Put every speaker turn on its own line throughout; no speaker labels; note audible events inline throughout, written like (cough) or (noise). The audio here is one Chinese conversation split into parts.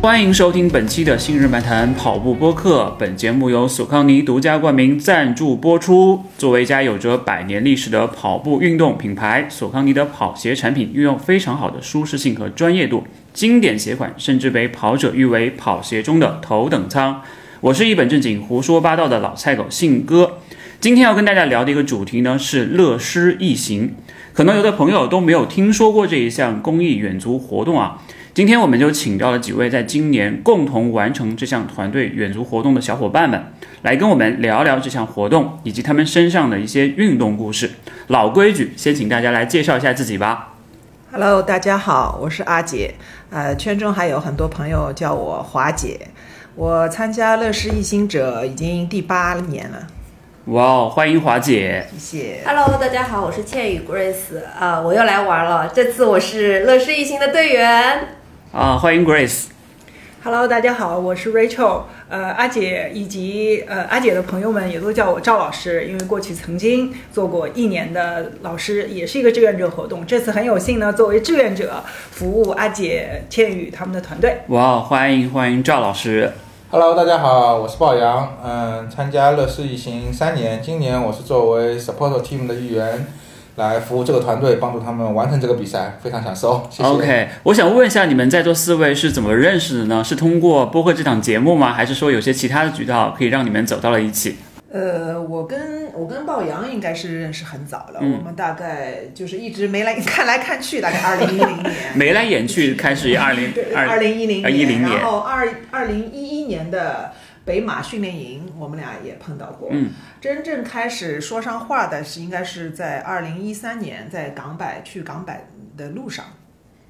欢迎收听本期的《新日漫谈跑步播客》，本节目由索康尼独家冠名赞助播出。作为一家有着百年历史的跑步运动品牌，索康尼的跑鞋产品运用非常好的舒适性和专业度，经典鞋款甚至被跑者誉为跑鞋中的头等舱。我是一本正经胡说八道的老菜狗信哥，今天要跟大家聊的一个主题呢是乐施易行，可能有的朋友都没有听说过这一项公益远足活动啊。今天我们就请到了几位在今年共同完成这项团队远足活动的小伙伴们，来跟我们聊聊这项活动以及他们身上的一些运动故事。老规矩，先请大家来介绍一下自己吧。
Hello，大家好，我是阿杰。呃，圈中还有很多朋友叫我华姐。我参加乐视一心者已经第八年了，
哇哦，欢迎华姐！
谢谢。
Hello，大家好，我是倩雨 Grace 啊、我又来玩了，这次我是乐视一星的队员。
啊，欢迎 Grace。
Hello，大家好，我是 Rachel，呃，阿姐以及呃阿姐的朋友们也都叫我赵老师，因为过去曾经做过一年的老师，也是一个志愿者活动。这次很有幸呢，作为志愿者服务阿姐、倩宇他们的团队。
哇哦，欢迎欢迎赵老师。
Hello，大家好，我是鲍阳，嗯，参加乐视一行三年，今年我是作为 support team 的一员，来服务这个团队，帮助他们完成这个比赛，非常享受，谢谢。
OK，我想问一下，你们在座四位是怎么认识的呢？是通过播客这档节目吗？还是说有些其他的渠道可以让你们走到了一起？
呃，我跟我跟鲍阳应该是认识很早了，
嗯
我们大概就是一直没来 (laughs) 看来看去，大概二零一零
(laughs)
年，
眉来眼去，开始二零
对，
二
二零一零
呃10年
然后二二零一一年的北马训练营，我们俩也碰到过。
嗯，
真正开始说上话的是应该是在二零一三年，在港百去港百的路上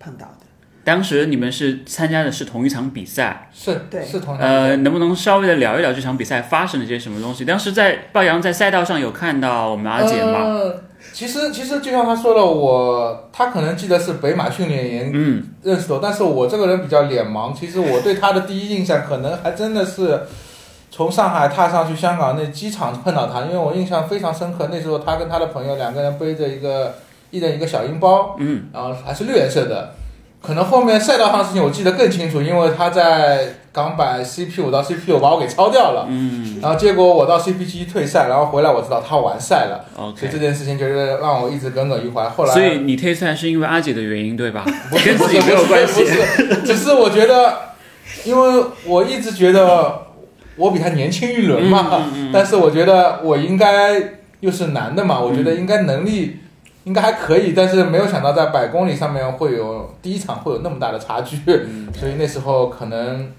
碰到的。
当时你们是参加的是同一场比赛，
是
对
是同
呃，能不能稍微的聊一聊这场比赛发生了些什么东西？当时在鲍阳在赛道上有看到我们阿姐吗？
呃其实其实就像他说的，我他可能记得是北马训练营
嗯，
认识的，但是我这个人比较脸盲，其实我对他的第一印象可能还真的是从上海踏上去香港那机场碰到他，因为我印象非常深刻，那时候他跟他的朋友两个人背着一个一人一个小鹰包，
嗯，
然后还是绿颜色的。可能后面赛道上的事情我记得更清楚，因为他在港版 CP 五到 CP 五把我给超掉了，嗯，然后结果我到 CP 七退赛，然后回来我知道他完赛了，所以
OK，
这件事情就是让我一直耿耿于怀。后来
所以你退赛是因为阿姐的原因
(laughs)
对吧？
不是
跟
不
自己
是
没有关系
不是，不是只是我觉得，因为我一直觉得我比他年轻一轮嘛，
嗯
但是我觉得我应该又是男的嘛，我觉得
嗯
应该能力应该还可以，但是没有想到在百公里上面会有第一场会有那么大的差距，
嗯
所以那时候可能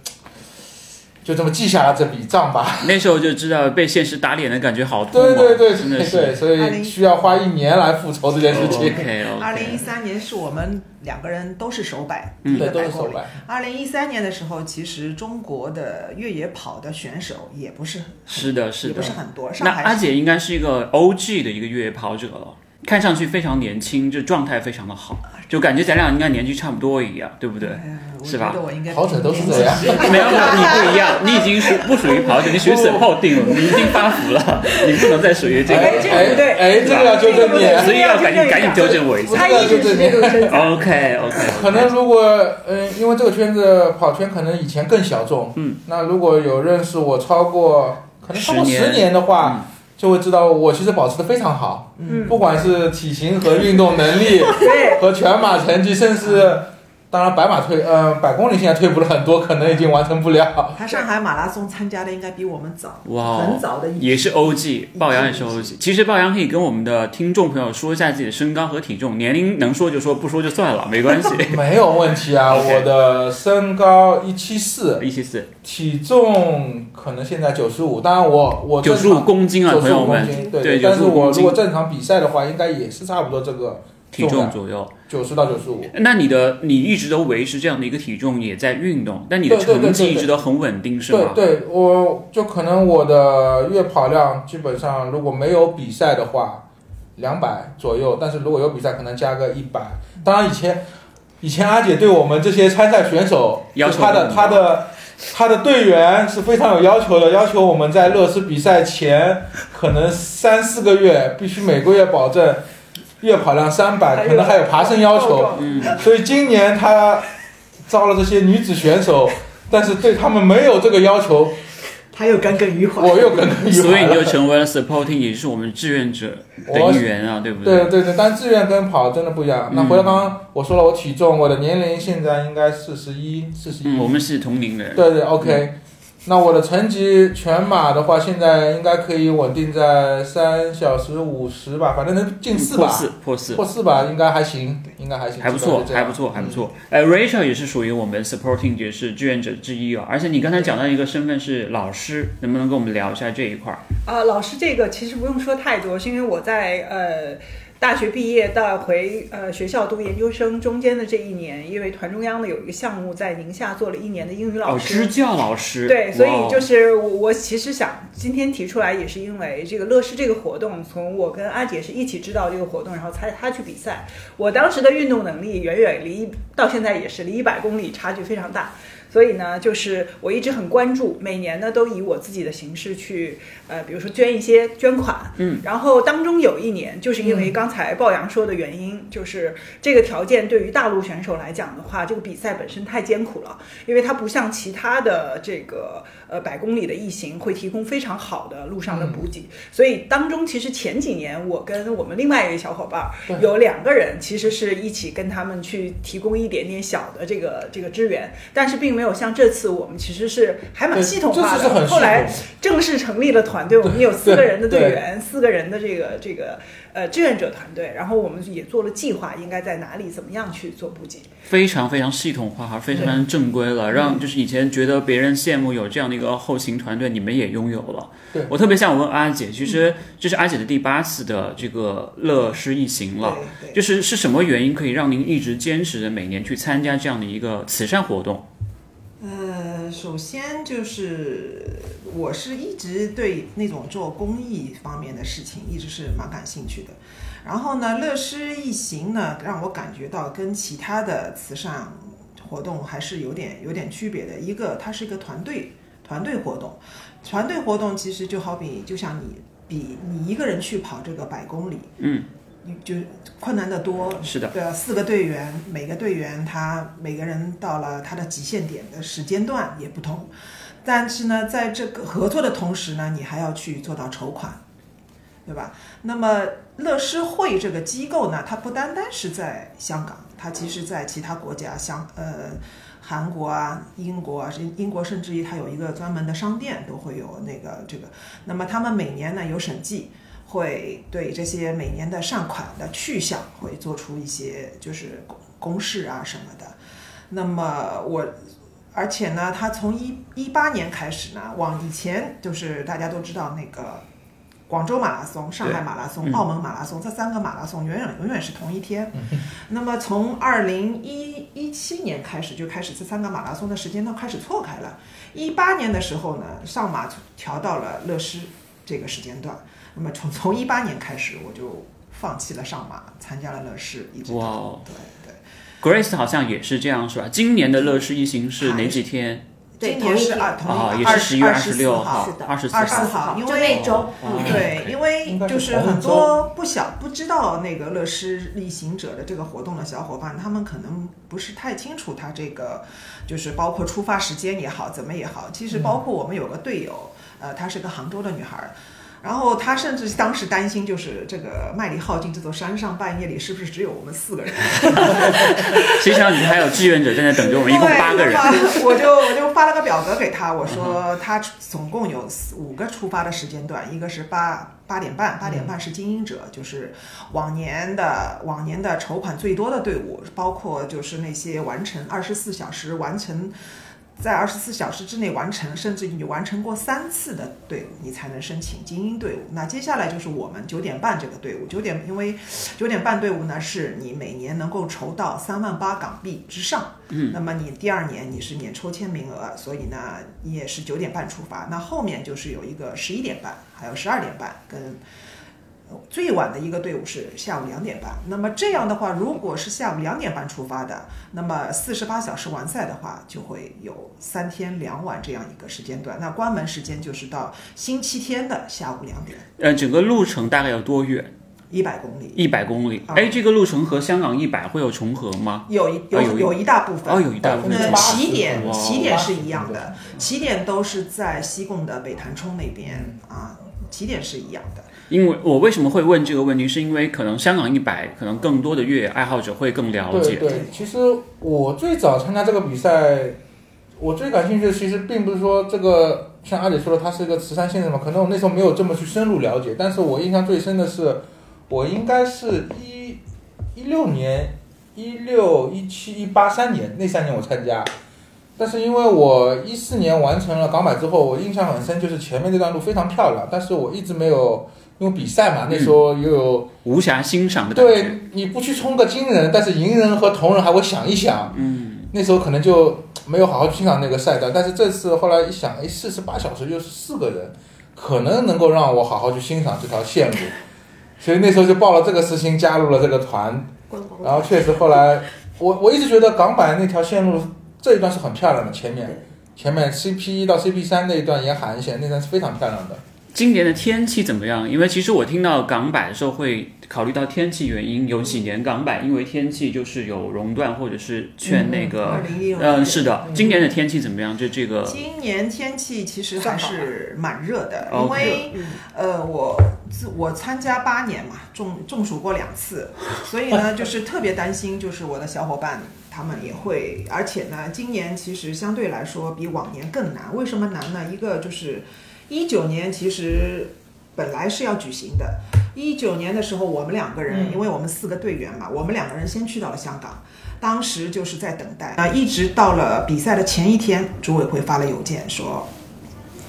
就这么记下了这笔
(laughs)
账吧。
那时候就知道被现实打脸的感觉好痛啊！
对对对
真的
对
是
对，所
20
以需要花一年来复仇这件事情，
OK
二零一
OK，
三年是我们两个人都是首百，
嗯
一个
对，都
百
是手
公里。
办。
二零一三年的时候，其实中国的越野跑的选手也不是很
是的，是
也
的
不是。很多。
那
上海
阿姐应该是一个 OG 的一个越野跑者了，看上去非常年轻，就状态非常的好，就感觉咱俩应该年纪差不多一样，对不对？
哎呀我
是吧
觉得我应该
跑者都是这样，
没
(laughs)
有，你不一样，你已经属不属于跑者，你属于 supporting 了，你已经发福
(laughs)
了，你不能再属于这
哎
个。
哎
对
哎，这个要纠正你。
所以要赶紧赶紧纠正我一
不
下。
是
他一直是那种身材。
OK OK，
可能如果嗯、因为这个圈子跑圈可能以前更小众，
嗯，
那如果有认识我超过可能超过
10年嗯
十年的话，就会知道我其实保持的非常好，
嗯
不管是体型和运动能力
(laughs) 对，
和全马成绩，甚
嗯
至当然百马退呃百公里现在退步了很多，可能已经完成不了。
他上海马拉松参加的应该比我们早，
哇哦
很早的一
也是 OG，龅牙也是 OG。其实龅牙可以跟我们的听众朋友说一下自己的身高和体重，年龄能说就说，不说就算了，没关
(laughs)
系。
没有问题啊，
OK
我的身高一七四，
一七四，
体重可能现在九十五，当然我我
九
正
十
常
五公斤啊，
九
朋
十
友
五公
们，
斤，
对
但是
95公
我
斤
如果正常比赛的话，应该也是差不多这个
体重
重
左右。
九十到九十五。
那你的你一直都维持这样的一个体重，也在运动，但你的
对对对
成绩
对
一
对
直都很稳定，是
对
吗？
对，我就可能我的月跑量基本上如果没有比赛的话，两百左右，但是如果有比赛可能加个一百。当然以前以前阿姐对我们这些参赛选手，
要
就
求
她的
很
她
高
的她的队员是非常有要求的，要求我们在乐视比赛前可能三四个月必须每个月保证月跑量三百，可能 (laughs) 还有爬升要求。
嗯
所以今年他招了这些女子选手，但是对他们没有这个
(laughs)
要求，
他又耿耿于怀。
我又耿耿 (laughs) 于怀了。
所以你就成为了 supporting，也就是我们志愿者的
我
一员啊，对不
对对对，但志愿跟跑真的不一
嗯
样。那回到刚刚我说了，我体重，我的年龄现在应该四十一，四十一。
嗯，我们嗯是同龄人。
对对，OK。那我的成绩全马的话，现在应该可以稳定在三小时五十吧，反正能进四
嗯
吧
破，四破四，
破四吧，应该还行，应该还行，
还不错，
基本上就这样
还不错，还不。错。呃，Rachel 也是属于我们 supporting，也是志愿者之一哦。而且你刚才讲到一个身份是老师，能不能跟我们聊一下这一块儿？
啊，老师这个其实不用说太多，是因为我在呃大学毕业到回呃学校读研究生中间的这一年，因为团中央的有一个项目在宁夏做了一年的英语老
哦，
师。
支教老师。哦
对，所以就是是我，我其实想今天提出来，也是因为这个乐视这个活动，从我跟阿姐是一起知道这个活动，然后她她去比赛，我当时的运动能力远远离到现在也是离一百公里差距非常大，所以呢，就是我一直很关注，每年呢都以我自己的形式去呃，比如说捐一些捐款，
嗯，
然后当中有一年，就是因为刚才鲍阳说的原因，就是这个条件对于大陆选手来讲的话，这个比赛本身太艰苦了，因为它不像其他的这个呃百公里的异形会提供非常好的路上的补给，
嗯
所以当中其实前几年我跟我们另外一个小伙伴儿
对
有两个人，其实是一起跟他们去提供一点点小的这个这个支援，但是并没有像这次我们其实是还蛮
对
系统
这
化
次是
的，
很
后来
系
正式成立了团队，我们有四个人的队
对
员，四个人的这个这个呃志愿者团队，然后我们也做了计划，应该在哪里怎么样去做补给。
非常非常系统化，非常非常正规了，让就是以前觉得别人羡慕有这样的一个后勤团队，你们也拥有了。
对
我特别想问阿姐，其实这是阿姐的第八次的这个乐师一行了。
对对。
就是是什么原因可以让您一直坚持的每年去参加这样的一个慈善活动？
呃，首先就是我是一直对那种做公益方面的事情一直是蛮感兴趣的。然后呢，乐施一行呢，让我感觉到跟其他的慈善活动还是有点有点区别的。一个，它是一个团队团队活动，团队活动其实就好比就像你比你一个人去跑这个百公里，
嗯，
你就困难得多，
是的，
对啊，四个队员，每个队员他每个人到了他的极限点的时间段也不同，但是呢，在这个合作的同时呢，你还要去做到筹款，对吧？那么乐施会这个机构呢，它不单单是在香港，它其实在其他国家，像呃韩国啊、英国啊，甚英国甚至于它有一个专门的商店都会有那个这个。那么他们每年呢有审计，会对这些每年的善款的去向会做出一些就是公公示啊什么的。那么我。而且呢，它从一一八年开始呢，往以前就是大家都知道那个广州马拉松、上海马拉松、
嗯
澳门马拉松这三个马拉松永远永远是同一天。那么从二零一一七年开始就开始这三个马拉松的时间段开始错开了。一八年的时候呢，上马调到了乐施这个时间段。那么从从一八年开始，我就放弃了上马，参加了乐施，一直
哇
到
哦
对对。
，Grace 好像也是这样是吧？今年的乐施一行是
还
哪几天？
对
今年是
同一
二
天
同
啊，
一
也
个
是十一月
二
二十
四
六
号
号
是的、
二十四
二十四
号。
号，因
就那
为
一周，
哦
嗯，
对，因为
应该是
就是
同一
很
周
多不晓不知道那个乐施力行者的这个活动的小伙伴，他们可能不是太清楚他这个，就是包括出发时间也好，怎么也好，其实包括我们有个队友，呃，她是个杭州的女孩儿。然后她甚至当时担心，就是这个麦里耗尽这座山上，半夜里是不是只有我们四个人？
实际上，你还有志愿者在那等着
(laughs)
我们，一共八个人。
对我就我就发了个表格给他，我说他总共有四五个出发的时间段，一个是八八点半，八点半是精英者，就是往年的往年的筹款最多的队伍，包括就是那些完成二十四小时完成。在二十四小时之内完成，甚至你完成过三次的队伍，你才能申请精英队伍。那接下来就是我们九点半这个队伍，九点因为九点半队伍呢，是你每年能够筹到三万八港币之上。嗯，那么你第二年你是免抽签名额，所以呢，你也是九点半出发。那后面就是有一个十一点半，还有十二点半跟。呃最晚的一个队伍是下午两点半，那么这样的话，如果是下午两点半出发的，那么四十八小时完赛的话，就会有三天两晚这样一个时间段。那关门时间就是到星期天的下午两点。
呃，整个路程大概有多远？
一百公里，
一百公里。
啊
哎，这个路程和香港一百会有重合吗？
有一
啊有
有
一
有一大部分
哦，有一大部分哦
那
嗯
重合。
起点
哇
起点是一样的，起点都是在西贡的北潭冲那边啊，起点是一样的。
因为我为什么会问这个问题，是因为可能香港一百，可能更多的越野爱好者会更了
对
解。
对，其实我最早参加这个比赛，我最感兴趣的其实并不是说这个，像阿姐说的，它是一个慈善性质嘛，可能我那时候没有这么去深入了解，但是我印象最深的是，我应该是一一六年、一六、一七、一八三年那三年我参加。但是因为我一四年完成了港百之后，我印象很深，就是前面这段路非常漂亮，但是我一直没有因为比赛嘛，那时候又有
无暇欣赏的感觉。
对，你不去冲个金人，但是银人和铜人还会想一想。嗯，那时候可能就没有好好欣赏那个赛段，但是这次后来一想，哎，四十八小时又是四个人，可能能够让我好好去欣赏这条线路。所以那时候就抱了这个私心加入了这个团，
观光
然后确实后来我我一直觉得港版那条线路这一段是很漂亮的，前面前面 CP 一到 CP 三那一段沿海岸线那段是非常漂亮的。
今年的天气怎么样？因为其实我听到港百的时候会考虑到天气原因，有几年港百因为天气就是有熔断或者是劝那
二
个，
零一六
嗯，是的。今年的天气怎么样？就这个
今年天气其实还是蛮热的，
哦
因为
嗯
呃，我自我参加八年嘛，中中暑过两次，所以呢，就是特别担心，就是我的小伙伴他们也会，而且呢，今年其实相对来说比往年更难。为什么难呢？一个就是一九年其实本来是要举行的，一九年的时候我们两个人，
嗯
因为我们四个队员嘛，我们两个人先去到了香港。当时就是在等待啊，一直到了比赛的前一天，组委会发了邮件说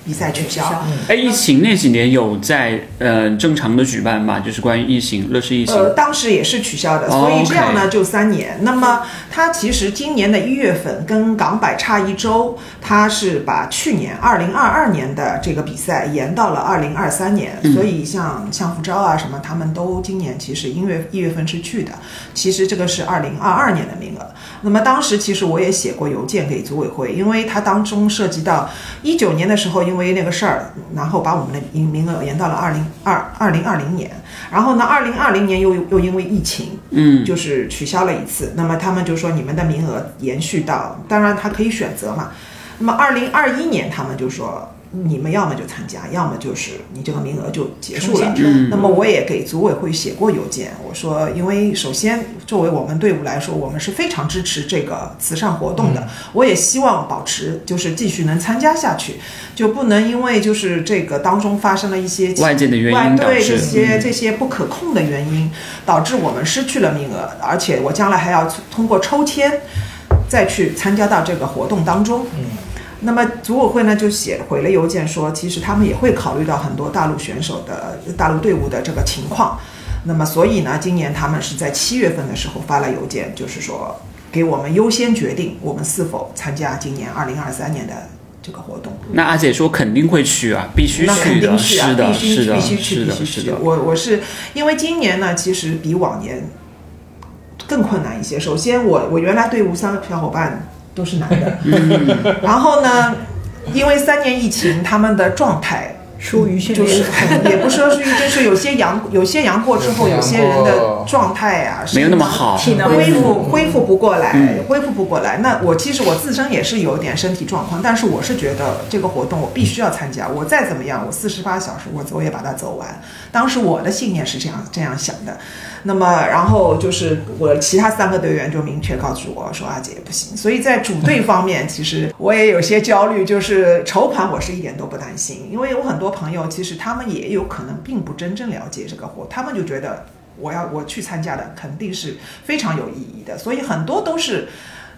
比赛取消。
哎，疫情那几年有在呃正常的举办吧？就是关于疫情，乐视疫情。
呃，当时也是取消的，
哦
所以这样呢
OK
就三年。那么它其实今年的一月份跟港百差一周，它是把去年二零二二年的这个比赛延到了二零二三年，
嗯
所以像像福昭啊什么，他们都今年其实一月一月份是去的，其实这个是二零二二年的名额。那么当时其实我也写过邮件给组委会，因为它当中涉及到一九年的时候，因为那个事儿，然后把我们的名名额延到了二零二二零二零年，然后呢，二零二零年又又因为疫情，嗯，就是取消了一次。那么他们就说你们的名额延续到，当然他可以选择嘛。那么二零二一年他们就说。你们要么就参加，要么就是你这个名额就结束了。那么我也给组委会写过邮件，我说，因为首先作为我们队伍来说，我们是非常支持这个慈善活动的，我也希望保持就是继续能参加下去，就不能因为就是这个当中发生了一些
外界的原因导
对这
致，嗯
些这些不可控的原因，导致我们失去了名额，而且我将来还要通过抽签再去参加到这个活动当中。
嗯。
那么组委会呢就写回了邮件说，其实他们也会考虑到很多大陆选手的大陆队伍的这个情况。那么所以呢，今年他们是在七月份的时候发了邮件，就是说给我们优先决定我们是否参加今年二零二三年的这个活动。
那阿姐说肯定会去啊，必须
那肯
去的，
定去啊，
是的，
必须
是的，
必须去，
是
必
的，
须
是
去
的。。
我我是因为今年呢，其实比往年更困难一些。首先我，我原来队伍三个小伙伴都是男
(laughs)
的，
嗯
(laughs) 然后呢，因为三年疫情，他们的状态。
疏于训
就
练， (laughs)
是很也不说是，就是有些阳有些阳过之后，有些人的状态啊，
没有那么好，
体能
恢复恢复不过来，恢复不过来。那我其实我自身也是有点身体状况，但是我是觉得这个活动我必须要参加，我再怎么样，我四十八小时我我也把它走完。当时我的信念是这样这样想的。那么，然后就是我其他三个队员就明确告诉我说：“阿、啊姐不行。”所以在组队方面，其实我也有些焦虑，就是筹盘我是一点都不担心，因为有很多朋友其实他们也有可能并不真正了解这个活，他们就觉得我要我去参加的肯定是非常有意义的，所以很多都是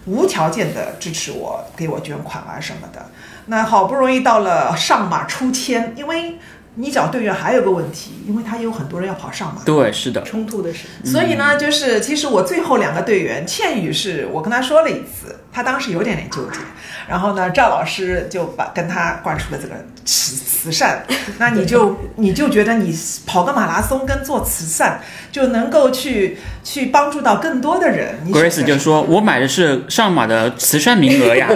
无条件的支持我，给我捐款啊什么的。那好不容易到了上马出签，因为你找队员还有个问题，因为他也有很多人要跑上马，
对，是的，
冲突的事。
所以呢，就是其实我最后两个队员，倩宇是我跟他说了一次，他当时有点点纠结，然后呢，赵老师就把跟他灌输了这个慈慈
(laughs)
善，那你就你就觉得你跑个马拉松跟做慈善就能够去去帮助到更多的人。你选择 (laughs)
Grace 就说：“我买的是上马的慈善名额呀，
有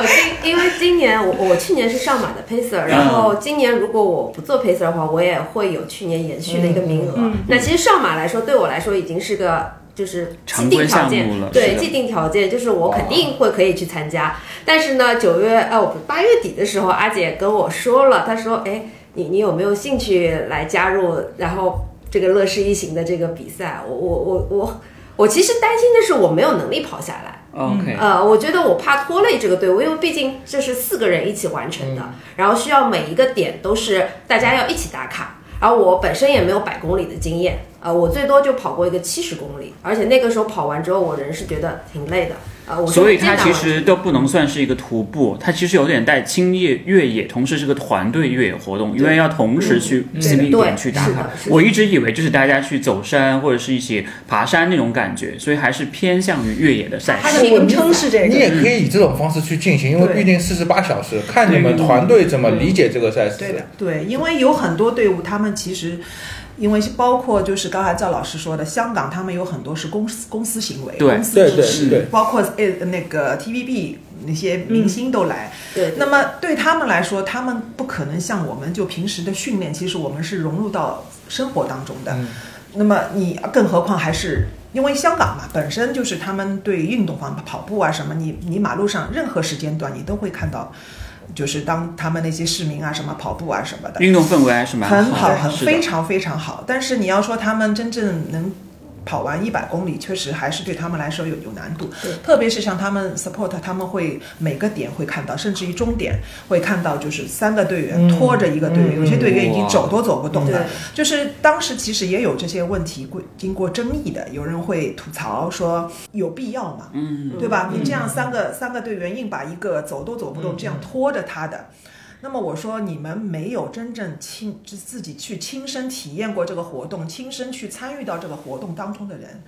哎今，因为今年我我去年是上马的 pacer，然
嗯
后今年如果我不做 pacer 的话，我也会有去年延续的一个名额。
嗯
那其实上马来说，对我来说已经是个就是既
常规
定条
项目
件
了，
对
是的
既定条件就是我肯定会可以去参加。但是呢，九月呃，我不八月底的时候，阿姐跟我说了，她说，哎，你你有没有兴趣来加入？然后这个乐视一行的这个比赛，我我我我我其实担心的是我没有能力跑下来。
哦 OK，
呃，我觉得我怕拖累这个队伍，因为毕竟这是四个人一起完成的，
嗯
然后需要每一个点都是大家要一起打卡。然后我本身也没有百公里的经验，呃，我最多就跑过一个七十公里，而且那个时候跑完之后，我人是觉得挺累的，呃，我是
所以
不见
它
得
其
完成
实都不能算是一个徒步，它其实有点带轻越越野，同时是个团队越野活动，因为要同时去
嗯
CP
对
点去打
是
卡
的。是的
我一直以为就是大家去走山或者是一起爬山那种感觉，所以还是偏向于越野的赛
它
事。
的名
称
称
是这
你
个，
也可以以这种方式去进行，因为
对
毕竟四十八小时，看你
对
们
嗯
团队怎么理解这个赛事。
对的
对，因为有很多队伍，他们其实，因为包括就是刚才赵老师说的，香港他们有很多是公司公司行为，
对
公司
对
支
对
持，
对
包括呃那个 TVB 那些明星都来。
嗯对，
那么对他们来说，他们不可能像我们就平时的训练，其实我们是融入到生活当中的。
嗯
那么你更何况还是因为香港嘛，本身就是他们对运动方面跑步啊什么，你你马路上任何时间段你都会看到，就是当他们那些市民啊什么跑步啊什么的，
运动氛围还是蛮
很
好
好，
的，
很
是的
非常非常好。但是你要说他们真正能跑完一百公里，确实还是对他们来说有有难度
对。
特别是像他们 support，他们会每个点会看到，甚至于终点会看到，就是三个队员拖着一个队员，有些队员已经走都走不动了
嗯对。
就是当时其实也有这些问题过经过争议的，有人会吐槽说有必要吗？嗯，对吧？你这样三个三个队员硬把一个走都走不
嗯
动，这样拖着他的。那么我说，你们没有真正亲自自己去亲身体验过这个活动，亲身去参与到这个活动当中的人，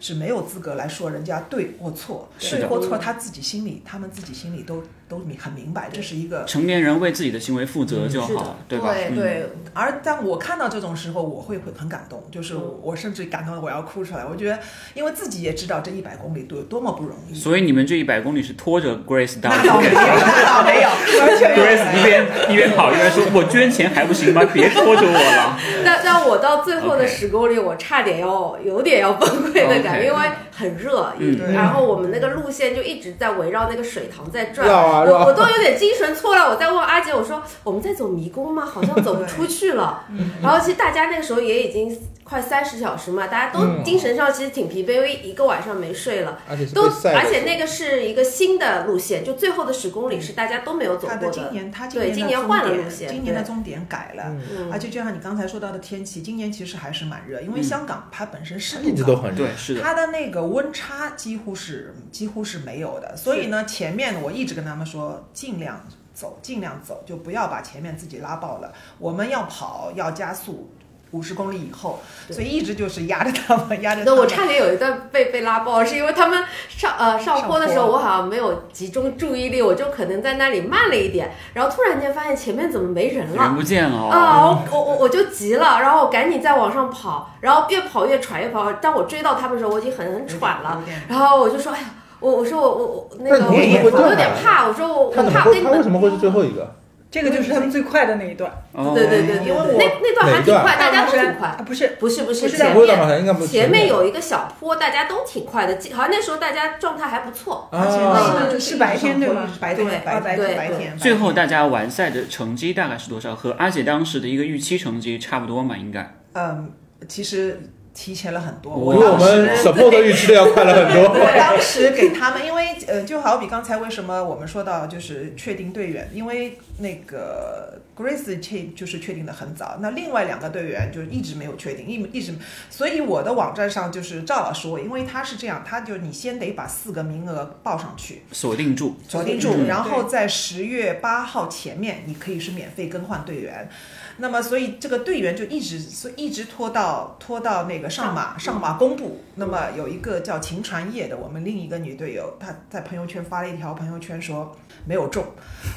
是没有资格来说人家对或错，
是的
对或错他自己心里，他们自己心里都都明很明白，这是一个。
成年人为自己的行为负责就好
是的
了，吧？嗯，
对，
而但我看到这种时候，我会会很感动，就是我甚至感动得我要哭出来。我觉得，因为自己也知道这一百公里多多么不容 (laughs) 易，
所以你们这一百公里是拖着
(laughs)
Grace 到
那
的
倒没有，那倒 (laughs) 没有，完全没有
Grace 一边一边跑一边说：“我捐钱还不行吗？别拖着我了。
但但我到最后
OK
的十公里，我差点要有点要崩溃的感
OK
觉，因为很热，
嗯
对
然后我们那个路线就一直在围绕那个水塘在转，
绕啊绕啊
我我都有点精神错乱。我在问阿姐，我说我们在走迷宫吗？好像走不出去了。
嗯
然后其实大家那个时候也已经快三十小时嘛，大家都
嗯
精神上其实挺疲惫，因为一个晚上没睡了。
而且是
都
被，晒的
而且那个是一个新的路线，就最后的十公里是大家都没有走
嗯他
过
的
的。嗯
今年他
对
今年
今年
的
换
终
了
点
路线
今年的
对
终点改了。
嗯
嗯
而且啊就像你刚才说到的天气，今年其实还是蛮热，因为香港它本身湿
一
度
直
高
都很”热。
对，是的，
它的那个温差几乎是几乎是没有的。所以呢，前面我一直跟他们说，尽量走，尽量走，就不要把前面自己拉爆了。我们要跑，要加速。五十公里以后，
对
所以一直就是压着他们，压着他们。
那我差点有一段被被拉爆，是因为他们上呃上坡的时
上
候，
坡
我好像没有集中注意力，我就可能在那里慢了一点，然后突然间发现前面怎么没人
人
了。
不见了哦。
啊、我我我我就急了，然后我赶紧再往上跑，然后越跑越喘，越跑。当我追到他们的时候，我已经很很喘了，
嗯
有点，
然后我就说，哎呀，我我说我我我那个
那
我
你
为什么会
我有
这
点
样啊
怕，我说我我
他怎么
怕
会？
跟你
他
们
为什么会是最后一个？
这个就是他们最快的那一段，
哦
对对对，
哦
对
因为我
那那段还挺快，大家都挺快
啊，，不是
不是不是
不是
前
不会到
面
好像应该不是
前面有一个小坡，大家都挺快的，好像那时候大家状态还
(laughs)
不错。
而且
啊
呢，就是一直
白天
上坡
对吧
一直白天
对
白白
对
天
对
白天。
最后
白天
大家完赛的成绩大概是多少？和阿姐当时的一个预期成绩差不多嘛？应该。
嗯，其实提前了很多。
我
比我
当
们
时
support 预期的要快了很多。
我当时给他们，因为呃，就好比刚才为什么我们说到就是确定队员，因为那个 Grace 确就是确定的很早，那另外两个队员就是一直没有确定，一一直，所以我的网站上就是赵老师，我因为他是这样，他就你先得把四个名额报上去，
锁定住，
锁定
嗯
住，然后在十月八号前面，你可以是免费更换队员。那么，所以这个队员就一直所以一直拖到拖到那个上马上马公布。那么有一个叫秦传业的，我们另一个女队友，她在朋友圈发了一条朋友圈说没
(laughs)
有中，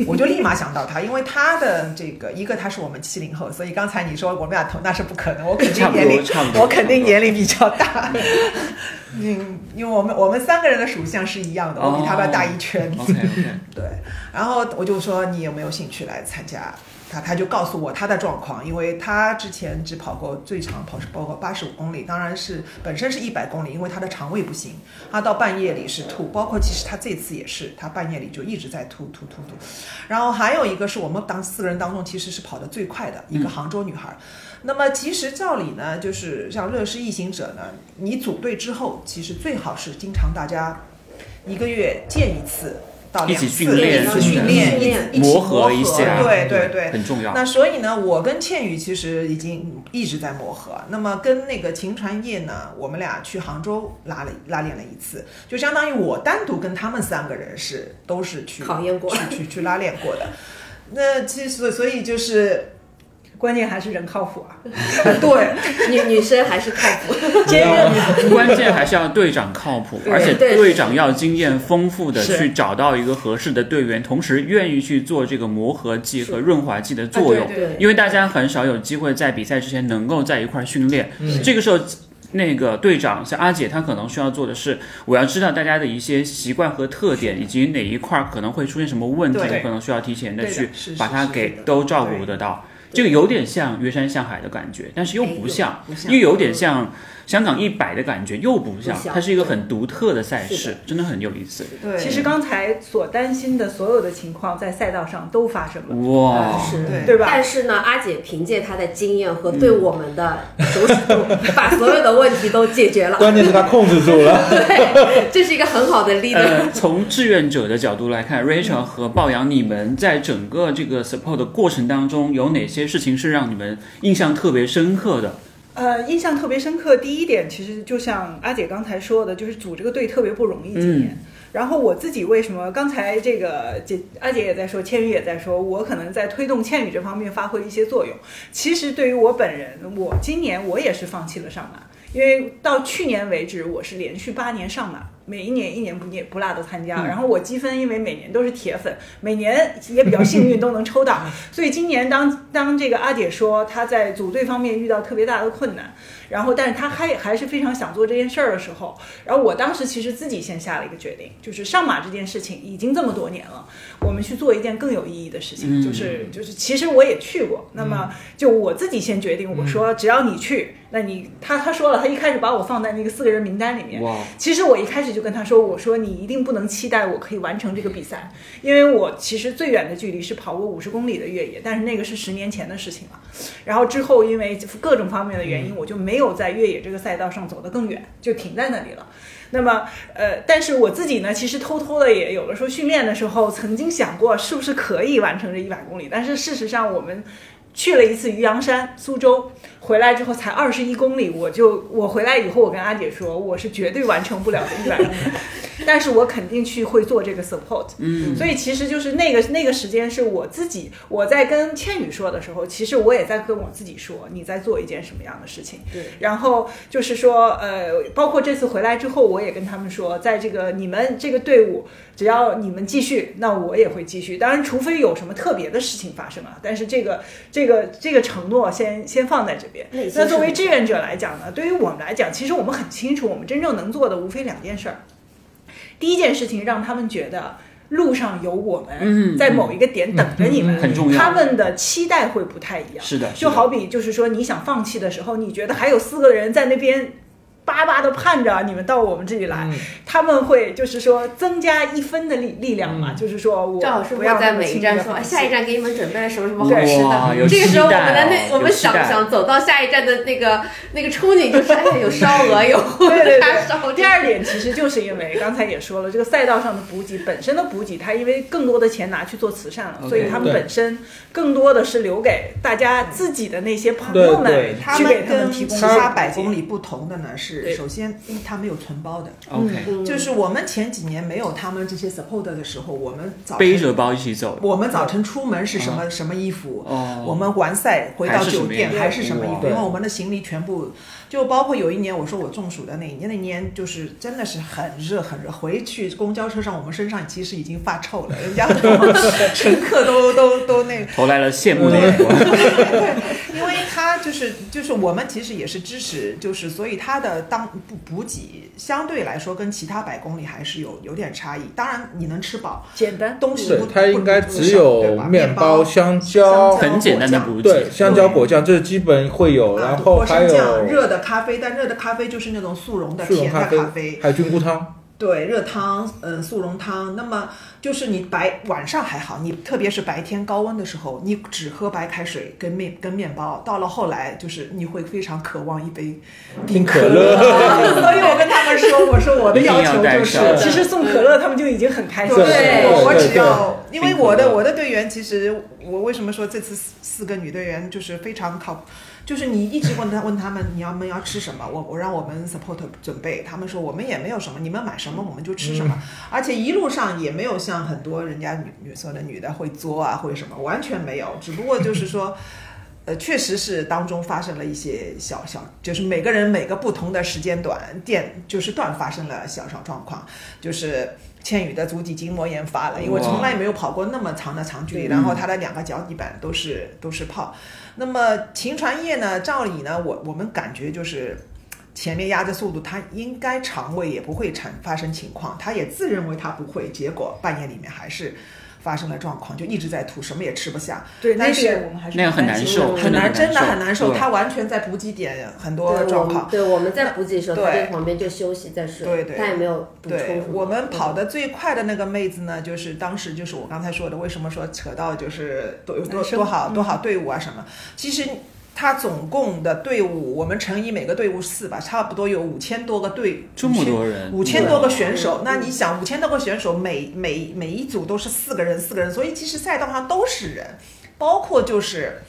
我就立马想到她，因为她的这个一个她是我们七零后，所以刚才你说我们俩同那是不可能，我肯
差
定
不
年龄
多，差不多。
我肯定年龄比较大， (laughs) 嗯，因为我们我们三个人的属相是一样的，我比他们大一圈。
哦 OK OK，
对，
然后我就说你有没有兴趣来参加？他他就告诉我他的状况，因为他之前只跑过最长跑是跑过八十五公里，当然是本身是一百公里，因为他的肠胃不行，他到半夜里是吐，包括其实他这次也是，他半夜里就一直在吐吐吐吐。然后还有一个是我们当四个人当中其实是跑得最快的一个杭州女孩。那么其实照理呢，就是像热视疫行者呢，你组队之后，其实最好是经常大家一个月见一次到
一
哦两次，
起训练啊
一起训
训
练，
练
一起
磨
合
合一下，
对对对。
很重要。
那所以呢，我跟倩宇其实已经一直在磨合。那么跟那个秦传业呢，我们俩去杭州拉了拉练了一次，就相当于我单独跟他们三个人是都是去
考验过
去去去拉练过的。那其实所以就是
关键还是人靠谱
(laughs)
啊，
对，
(laughs) 女女生还是靠谱，
坚韧女
(laughs) 关键还是要队长靠谱，
对
而且
对
队长要经验丰富的
是
去找到一个合适的队员，同时愿意去做这个磨合剂和润滑剂的作用
啊，
对，
因为大家很少有机会在比赛之前能够在一块儿训练，
嗯
这个时候。那个队长像阿姐，她可能需要做的是，我要知道大家的一些习惯和特点，以及哪一块儿可能会出现什么问题，
对
我可能需要提前的
对的
去
是
把
是
它
是
给
的
都照顾得到。这个有点像约山向海的感觉，但是又
哎
不
有
像，
不像
又有点像香港一百的感觉，又不像
不。像
它是一个很独特的赛
是
事，真的很有意思。
对，
其实刚才所担心的所有的情况，在赛道上都发生了，
哇，
呃是
对
对吧？
但是呢，阿姐凭借她的经验和对我们的熟悉度，把所有的问题都解决了。
(laughs) 关键是他控制住了。
对，这是一个很好的 leader。
呃，从志愿者的角度来看，Rachel 和鲍阳，你们在整个这个 support 的过程当中，有哪些事情是让你们印象特别深刻的？
呃，印象特别深刻。第一点，其实就像阿姐刚才说的，就是组这个队特别不容易。今年，然后我自己为什么刚才这个姐阿姐也在说，倩宇也在说，我可能在推动倩宇这方面发挥一些作用。其实对于我本人，我今年我也是放弃了上马，因为到去年为止，我是连续八年上马。每一年一年不不落的参加，然后我积分因为每年都是铁粉，每年也比较幸运都能抽到，所以今年当当这个阿姐说她在组队方面遇到特别大的困难，然后但是她还还是非常想做这件事儿的时候，然后我当时其实自己先下了一个决定，就是上马这件事情已经这么多年了，我们去做一件更有意义的事情，
嗯
就是就是其实我也去过，那么就我自己先决定，我说只要你去，那你他他说了，他一开始把我放在那个四个人名单里面，
哇，
其实我一开始就跟他说，我说你一定不能期待我可以完成这个比赛，因为我其实最远的距离是跑过五十公里的越野，但是那个是十年前的事情了。然后之后因为各种方面的原因，我就没有在越野这个赛道上走得更远，就停在那里了。那么，呃，但是我自己呢，其实偷偷的也有的时候训练的时候，曾经想过是不是可以完成这一百公里，但是事实上我们去了一次渔阳山、苏州，回来之后才二十一公里，我就我回来以后，我跟阿姐说，我是绝对完成不了这一百公里，但是我肯定去会做这个 support。
嗯，
所以其实就是那个那个时间是我自己，我在跟倩宇说的时候，其实我也在跟我自己说，你在做一件什么样的事情。
对，
然后就是说，呃，包括这次回来之后，我也跟他们说，在这个你们这个队伍，只要你们继续，那我也会继续。当然，除非有什么特别的事情发生啊，但是这个这个这个承诺先先放在这边。
内心
那作
是
为
很
志愿者来讲呢，对于我们来讲，其实我们很清楚，我们真正能做的无非两件事儿。第一件事情，让他们觉得路上有我们，
嗯
在某一个点等着你们，
很重要
他们的期待会不太一样。
是的，是
就
的
好比就是说，你想放弃的时候，你觉得还有四个人在那边巴巴的盼着你们到我们这里来，
嗯
他们会就是说增加一分的力力量嘛，
嗯
就是说我
赵老师
不
会
要
在
那么
每
轻
一
易
站
地
说，
放
啊
弃
下一站给你们准备了什么什么好吃
哇，有
的。这个时候，我们的那我们想
想想，
想走到下一站的那个那个憧憬就是，哎呀，有烧鹅，有红
对
(laughs)
对对
叉
(laughs)
烧。
第二点，其实就是因为刚才也说了，这个赛道上的补给本身的补给，它因为更多的钱拿去做慈善了
OK，
所以他们
对
本身更多的是留给大家自己的那些朋友
对对
们
他
去给
们
他们
跟
提
其
供
他
的
百
补
公
给。
里不同的呢是，
对
首先一它没有存包的，
OK，
嗯
就是我们前几年没有他们这些 support 的时候，我们早晨
背着包一起走。
我们早晨出门是什么、什么衣服，
哦，
我们完赛回到酒店还
还
是
是
什
什
么
么
衣
衣服
服，因哦为我们的行李全部就包括有一年我说我中暑的那一年，那年就是真的是很热很热，回去公交车上我们身上其实已经发臭了，人家 (laughs) 乘客都都都那
嗯
投来了羡慕的眼光。
对，因为他就是就是我们其实也是支持，就是所以他的当补补给相对来说跟其他百公里还是有有点差异。当然你能吃饱，
简单。
东西
对 (laughs)
不，
它应该只有面
面
包、香蕉
香，
(laughs)
蕉
很简单的补给
对，，香蕉果酱这是基本会有，然后还有
啊酱、热的咖啡，但热的咖啡就是那种速溶的
速溶
甜的
咖
咖
啡
啡，，
还有菌菇汤。
对，热汤，嗯，速溶汤。那么就是你白晚上还好，你特别是白天高温的时候，你只喝白开水跟面跟面包，到了后来就是你会非常渴望一杯
冰可
可
乐
乐。所以我跟他们说，我说我的要求就
一定要带
是，
上
其实送可乐他们就已经很开心
对
对
了。
对
我我
对
只要，因为
冰可
我的
乐
我的队员，其实我为什么说这次四四个女队员就是非常靠谱，就是你一直问他问他们你要们要吃什么，我我让我们 support 准备，他们说我们也没有什么，你们买什么我们就吃什么，而且一路上也没有像很多人家女女说的女的会作啊或者什么，完全没有，只不过就是说。呃，确实是当中发生了一些小小，就是每个人每个不同的时间段点就是段发生了小小状况，就是倩宇的足底筋膜炎发了，因为
哇
从来没有跑过那么长的长距离，然后他的两个脚底板都是都是泡。那么秦传业呢，照理呢，我我们感觉就是前面压着速度，他应该肠胃也不会产发生情况，他也自认为他不会，结果半年里面还是发生了状况，就一直在吐，什么也吃不下。
对，那
但是
个我们还是
那样很难
担心
受，
哦的
很难，
真
真
的
的
很
很
难
难
受。
受，
对
他完全在补给点很多
对，我
状
们
况。
对我们在补给的时候，他
对
在旁边就休息再睡，
对对
他也没有补充
对
什么。
我们
嗯
跑
的
得最快的那个妹子呢，就是当时就是我刚才说的，为什么说扯到就是多多
男生
多好
嗯
多好队伍啊什么？其实她总共的队伍，我们乘以每个队伍四吧，差不多有五千多个队，
这么多人，
五千多
对
个选
嗯
手，那你想五千多个选手，每每每一组都是四个人，四个人，所以其实赛道上都是人，包括就是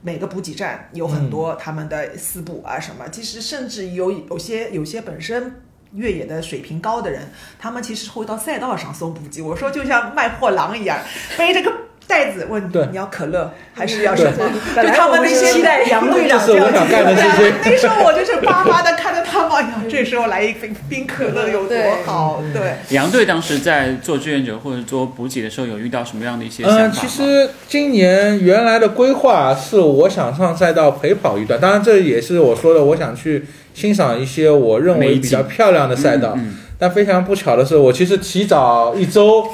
每个补给站有很多
嗯
他们的四补啊什么，其实甚至有有些有些本身。越野的水平高的人，他们其实会到赛道上送补给。我说就像卖货郎一样，背着个袋子问
对嗯
你要可乐还是要什么？
本
就
来
他
我
们那
是
些
期待杨队长
这是我想干的事情。
(laughs) 那时候我就是巴巴的看着他们，哎呀，
嗯
这时候来一瓶冰可乐有多好，
嗯
对。
杨队当时在做志愿者或者做补给的时候，有遇到什么样的一些想法
嗯，
吗？
其实今年原来的规划是我想上赛道陪跑一段，当然这也是我说的，我想去欣赏一些我认为比较漂亮的赛道。
嗯
但非常不巧的是，我其实提早一周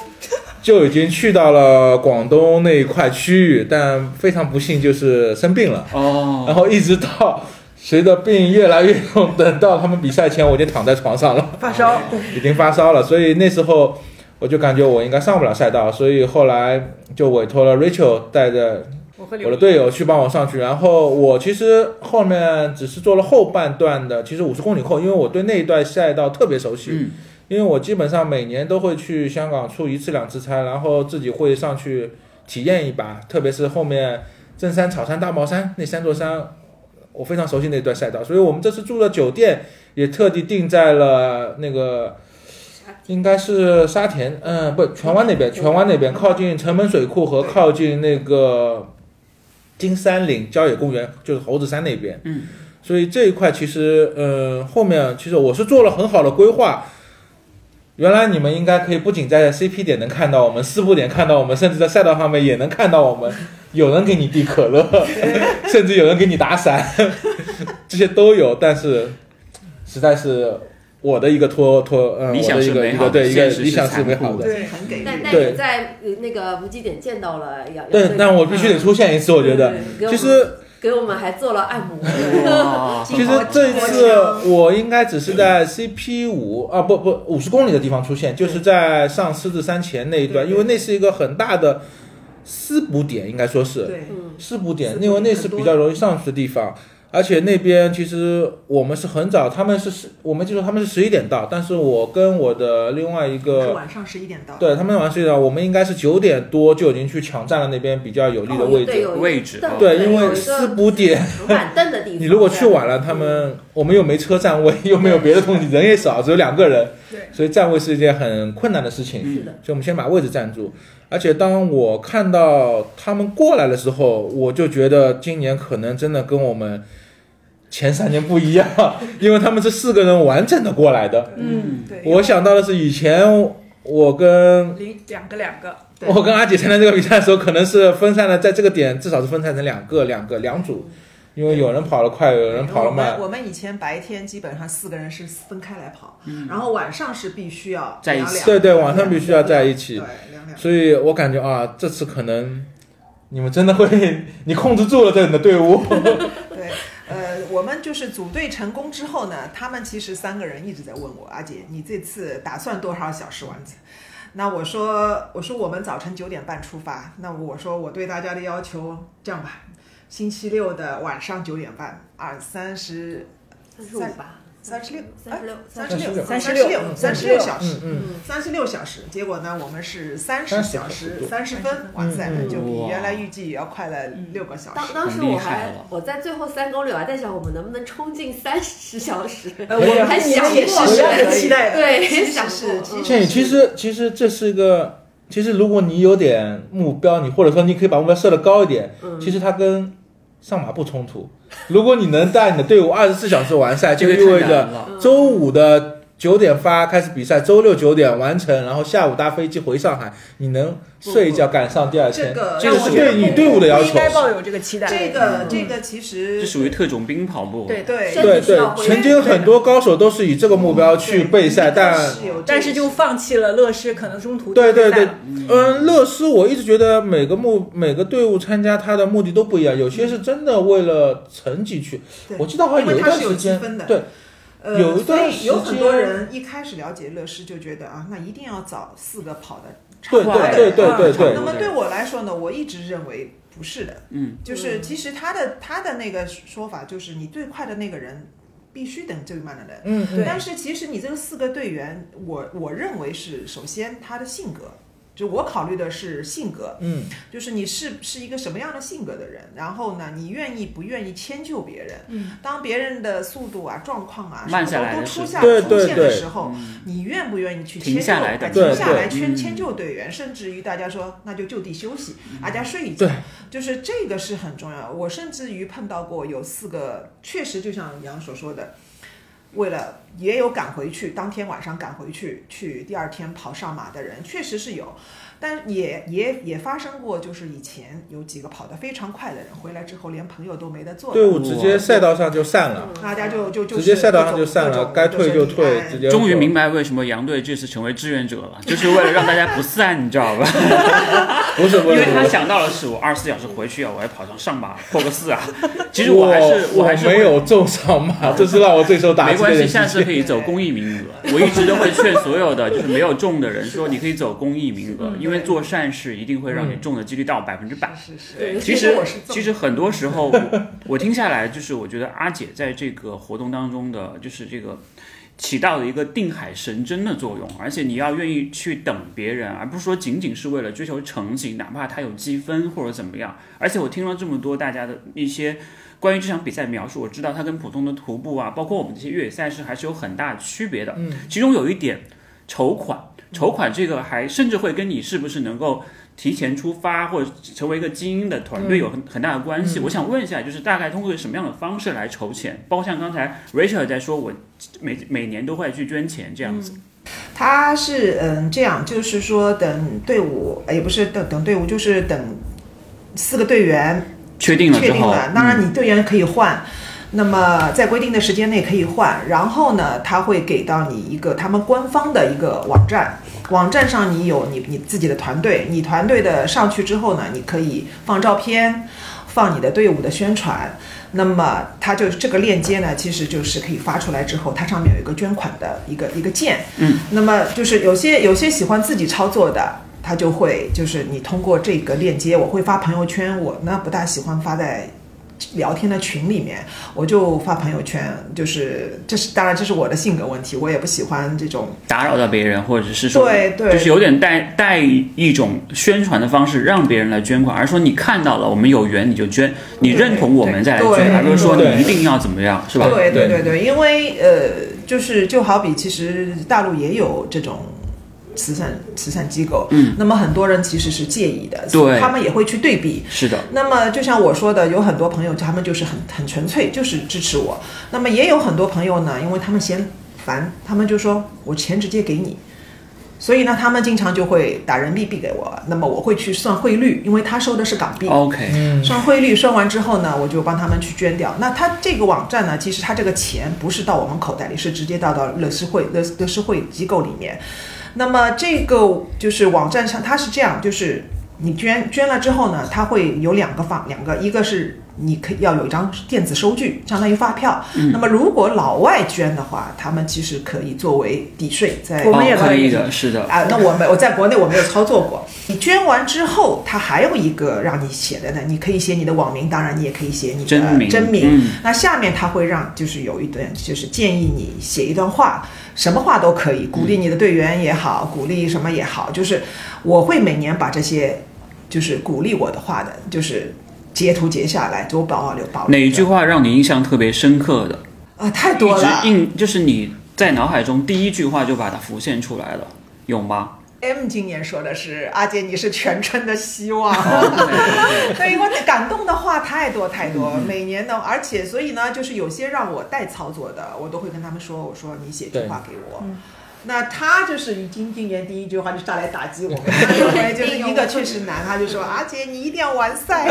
就已经去到了广东那一块区域，但非常不幸就是生病了，
哦，
然后一直到随着病越来越重，等到他们比赛前，我就躺在床上了。
发烧，对
已经发烧了，所以那时候我就感觉我应该上不了赛道，所以后来就委托了 Rachel 带着
我和
我
刘
嗯
的队友去帮我上去。然后我其实后面只是做了后半段的，其实五十公里后，因为我对那一段赛道特别熟悉，
嗯，
因为我基本上每年都会去香港出一次两次差，然后自己会上去体验一把，特别是后面正山、草山、大帽山那三座山，我非常熟悉那段赛道，所以我们这次住的酒店也特地定在了那个。应该是沙田，嗯，不，荃湾那边，荃湾那边靠近城门水库和靠近那个金山岭郊野公园，就是猴子山那边。
嗯，
所以这一块其实，嗯，后面其实我是做了很好的规划，原来你们应该可以不仅在 CP 点能看到我们，四步点看到我们，甚至在赛道上面也能看到我们。有人给你递可乐，甚至有人给你打伞， (laughs) 这些都有。但是，实在是我的一个拖拖，嗯，
理
我
想
的
是
一个
美
一
好
个
的
对一个
现实
理想
是
是美
残
好
酷
的。
的
对，很给力。
但但
对
你在呃那个补给点见到了杨杨
对
队，
但我必须得出现一次，我觉得
对给我
其
们
实
给我们还做了按
(laughs)
摩，
哇
其实这一次我应该只是在 CP 五啊不不五十公里的地方出现，就是在上狮子山前那一段，
对对
因为那是一个很大的私补点，应该说是
对，
嗯，
私补
私
点，
补
因为那
点
是
很多
比较容易上去的地方。而且那边其实我们是很早，他们是十，我们就说他们是十一点到，但是我跟我的另外一
是
个，
晚上十一点到。
呃对他们晚上十一点到，我们应该是九点多就已经去抢占了那边比较有利的位
哦对
置。
有一个
位置
凳
对，
子
因
有一
为
个
私补点
板凳的地方。
你如果去晚了，他们我们又没车站位，又没有别的东西，人也少，只有两个人，
对，
所以站位是一件很困难的事情。
是的，
所以我们先把位置占住。而且当我看到他们过来的时候，我就觉得今年可能真的跟我们前三年不一样， (laughs) 因为他们是四个人完整的过来的。
嗯，对，
我想到的是以前我跟
零两个两个，
对
我跟阿姐参加这个比赛的时候，可能是分散了，在这个点至少是分散成两个、两个、两组。因为有人跑得快，有人跑得
我们
慢，
我们以前白天基本上四个人是分开来跑，然后晚上是必须要
在一
两
起
两
对对晚上必须要在一起
对，两两。
所以我感觉啊，这次可能你们真的会， (laughs) 你控制住了这你的队伍，
对，呃，我们就是组队成功之后呢，他们其实三个人一直在问我，阿姐，你这次打算多少小时完成？那我说，我说我们早晨九点半出发。那我说我对大家的要求，这样吧，星期六的晚上九点半，二三十
三十五吧，
三十六
三十六，
三
十
十
六
六
三
三
十
十
六嗯
六三十六小时
嗯，嗯，
三十六小时，结果呢，我们是三
30
十小时三十分，哇塞，
嗯嗯
就比
哇
原来预计也要快了六个小
当
时。
当时
很厉
我
害
还
了
我在最后三公里，我还在想我们能不能冲进三十小
(laughs)
时，
呃，我们
还
你
想
们也
过
是有这个期待的。
对，
其实
想
是
过
其
嗯
这其实其实这是一个，其实如果你有点目标，你或者说你可以把目标设得高一点，
嗯
其实它跟上马不冲突。如果你能带你的队伍二十四小时完赛，就
这个
意
太
味
难
着
了，
周五的九点发开始比赛，周六九点完成，然后下午搭飞机回上海，你能睡一觉赶上第二
这
天，
个
这
让
个
我
是
觉得
对
不
你队伍的要
不
求
应。该抱有这个期待。
这个这个其实
这属于特种兵跑步，
对
对
身
对
体需
对
要，恢复
曾经很多高手都是以这个目标去备赛，但
有
但是就放弃了乐视，可能中途
对
就
对
退赛
对
了，
嗯，乐师我一直觉得每个目每个队伍参加它的目的都不一样，有些是真的为了成绩去。
对
我记得好像
因为
一
它
段
是有
时
积
间
分的，
对，
呃，
有一段
所以有
时
很多
间
人一开始了解乐视就觉得啊，那一定要找四个跑的
对
长的
对对对对对
那么对我来说呢，我一直认为不是的，
嗯，
就是其实他的他的那个说法就是你最快的那个人必须等最慢的人。
嗯，
对
但是其实你这个四个队员，我我认为是首先他的性格，就我考虑的是性格，
嗯，
就是你是是一个什么样的性格的人，然后呢，你愿意不愿意迁就别人？嗯，当别人的速度啊、状况啊
慢
什
下
么
来
都
的
都
时
出
嗯
现
候对
出现
对对
的时候，你愿不愿意去
停
迁就？
下来
哎
等
停
对
下
对
来迁
嗯
迁就队员，甚至于大家说那就就地休息，大家睡一觉
对，
就是这个是很重要的。我甚至于碰到过有四个，确实就像杨所说的。为了呃也有赶回去，当天晚上赶回去，去第二天跑上马的人确实是有，但也也也发生过，就是以前有几个跑得非常快的人，回来之后连朋友都没得做了，
队伍直接赛道上就散了，
大家就嗯就就
直接赛道上
就
就散了，该退就退，
哎
直接
终于明
白，
白为什么杨队这次成为志愿者了， (laughs) 就是为了让大家不散，你知
(laughs)
道吧？
不是
因
不是
为
不
他
是。
想到的是，我二十四小时回去啊，我要跑上上
(laughs)
马破个四啊。其实我还是
我
还是
没
会
有中上马，这是让我最受打
没
击的
关系，
事
下次
情。
可以走公益名
(laughs)
额。我一直都会劝所有的就是没有中的人说，你可以走公益名额，因为做善事一定会让你中的几率到百分之百。
是是
对
其
因
实
为我是这么
其实很多时候我，我听下来就是，我觉得阿姐在这个活动当中的，就是这个起到了一个定海神针的作用，而且你要愿意去等别人，而不是说仅仅是为了追求成绩，哪怕他有积分或者怎么样。而且我听了这么多大家的一些关于这场比赛的描述，我知道它跟普通的徒步啊，包括我们这些越野赛事还是有很大区别的。嗯，其中有一点筹款。筹款这个还甚至会跟你是不是能够提前出发或者成为一个精英的团队有很很大的关
嗯
系。我想问一下，就是大概通过什么样的方式来筹钱？包括像刚才 Rachel 在说，我每每年都会去捐钱这样
嗯
子。
他是嗯这样，就是说等队伍，呃也不是等等队伍，就是等四个队员
确定了之
确定
后，
了，当
嗯
然你队员可以换。那么在规定的时间内可以换，然后呢，他会给到你一个他们官方的一个网站，网站上你有你你自己的团队，你团队的上去之后呢，你可以放照片，放你的队伍的宣传。那么它就这个链接呢，其实就是可以发出来之后，它上面有一个捐款的一个一个键。嗯，那么就是有些有些喜欢自己操作的，他就会就是你通过这个链接，我会发朋友圈，我呢不大喜欢发在。聊天的群里面，我就发朋友圈，就是这是当然这是我的性格问题，我也不喜欢这种
打扰到别人，或者是说，
对对
就是有点带带一种宣传的方式让别人来捐款，而是说你看到了我们有缘你就捐，你认同我们再来
对
捐，而不是说
对
你一定要怎么样，是吧？
对
对
对对，因为呃，就是就好比其实大陆也有这种。慈善慈善机构，嗯，那么很多人其实是介意的，所以
对
他们也会去对比，
是的，
那么就像我说的，有很多朋友他们就是很很纯粹，就是支持我。那么也有很多朋友呢，因为他们嫌烦，他们就说我钱直接给你。所以呢，他们经常就会打人民币给我，那么我会去算汇率，因为他收的是港币。
OK，
嗯
算汇率算完之后呢，我就帮他们去捐掉。那他这个网站呢，其实他这个钱不是到我们口袋里，是直接到到乐施会乐乐施会机构里面。那么这个就是网站上，它是这样，就是你捐捐了之后呢，它会有两个方，两个，一个是你可以要有一张电子收据，相当于发票。那么如果老外捐的话，他们其实可以作为抵税，在
我们也
哦可
可以
以的，是的，
啊，那我没我在国内我没有操作过。你捐完之后，它还有一个让你写的呢，你可以写你的网名，当然你也可以写你的
真名，
真名。
嗯，
那下面他会让就是有一段，就是建议你写一段话，什么话都可以，鼓励你的队员也好，鼓励什么也好，就是我会每年把这些就是鼓励我的话的，就是截图截下来，就我保留保留着。
哪一句话让你印象特别深刻的？
啊？太多
一
了
直。印就是你在脑海中第一句话就把它浮现出来了，有吗？
M 今年说的是阿杰，你是全村的希 (laughs) 望。
哦
(laughs) 对，嗯因为感动的话太多太多，每年的，而且所以呢，就是有些让我代操作的，我都会跟他们说，我说你写句话给我。那他就是已经今年第一句话就上来打击我 (laughs) 们，因为就是一个确实难，他就说阿杰你一定要完赛。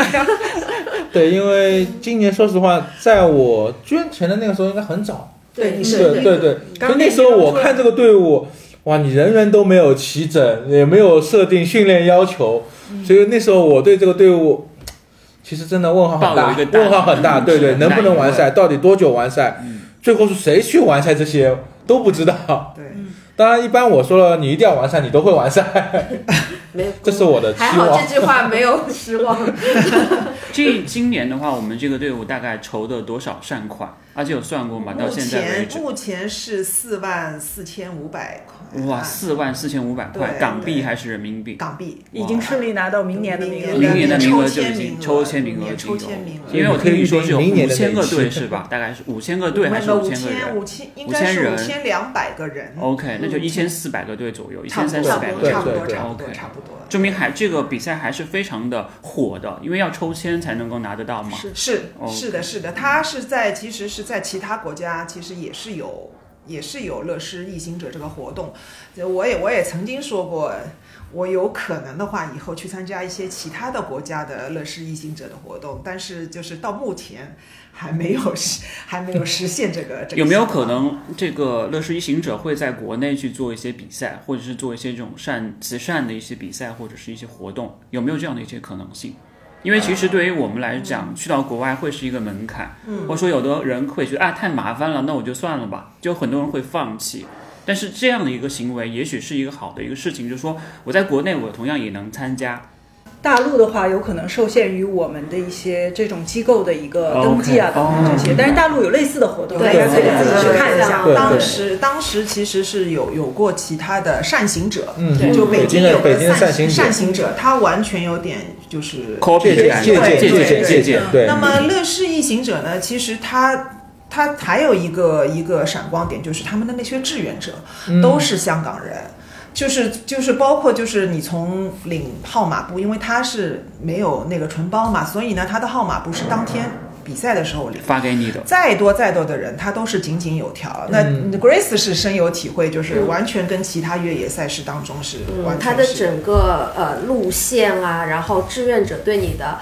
(laughs)
对，因为今年说实话，在我捐钱的那个时候应该很早，
对你
是
是
对对对，所以那时候我看这个队伍，哇，你人人都没有齐整，也没有设定训练要求，所以那时候我对这个队伍。其实真的问号很
抱有
大
一个，大
问号很大，
嗯
对
是
对，
的
能不能完
难嗯
赛，到底多久完赛，最后是谁去完赛，这些都不知道。
对，
当然，一般我说了你一定要完赛，你都会完赛，
没有，
这是我的期
还好
望
这。句话没有失望。
呃
这今年的话，我们这个队伍大概筹的多少善款？而且有算过吗？到
目
现在为
前
止，
目前是四万四千五百块，
哇，四万四千五百块
对
港币
对
还是人民币？
港币。
已经顺利拿到明年的名额。
明
明年的名额就
抽签
已经
名额
抽签名额已经有
明年抽签名，额
因为我听你说是有
明
五
年的累积
千个队是吧？大概是五千个队还是
五
千个
千
人
五千应该是五千两百个人，
？OK，那就一千四百个队左右，一
差
千三
不
四
多差
百
不
个
多
队
差
左右
不多差不多
OK
差不多。
证明还这个比赛还是非常的火的，因为要抽签才能够拿得到嘛。
是
哦 OK
是的，是的，它是在其实是在其他国家其实也是有也是有乐施逆行者这个活动，就我也我也曾经说过。我有可能的话，以后去参加一些其他的国家的乐施逆行者的活动，但是就是到目前还没有实 (laughs) 还没有实现这个。这个
(laughs) 有没有
想法
可？能这个乐视一行者会在国内去做一些比赛，或者是做一些这种善慈善的一些比赛，或者是一些活动？有没有这样的一些可能性？因为其实对于我们来讲，去到国外会是一个门槛，或者说有的人会觉得啊太麻烦了，那我就算了吧，就很多人会放弃。但是这样的一个行为，也许是一个好的一个事情，就是说我在国内我同样也能参加。
大陆的话，有可能受限于我们的一些这种机构的一个登记啊
OK，
等等这些
哦，
但是大陆有类似的活动，
对
大家可以
对
自己去看一下。啊
对对
当时当时其实是有有过其他的善行者，
嗯
对
就
北
北京
京的
有
北
个
京的
善
善行者
善行者，他完全有点就是
借
copy 的
鉴
感觉，
借
嗯借鉴
鉴借鉴
借
借
鉴
鉴，对。
那么乐视异行者呢，其实他。他还有一个一个闪光点，就是他们的那些志愿者
嗯
都是香港人，就是就是包括就是你从领号码布，因为他是没有那个纯包嘛，所以呢他的号码不是当天比赛的时候领，
发给你的。
再多再多的人，他都是井井有条。那
嗯
Grace 是深有体会，就是完全跟其他越野赛事当中是
嗯
完全是、
它嗯的整个呃路线啊，然后志愿者对你的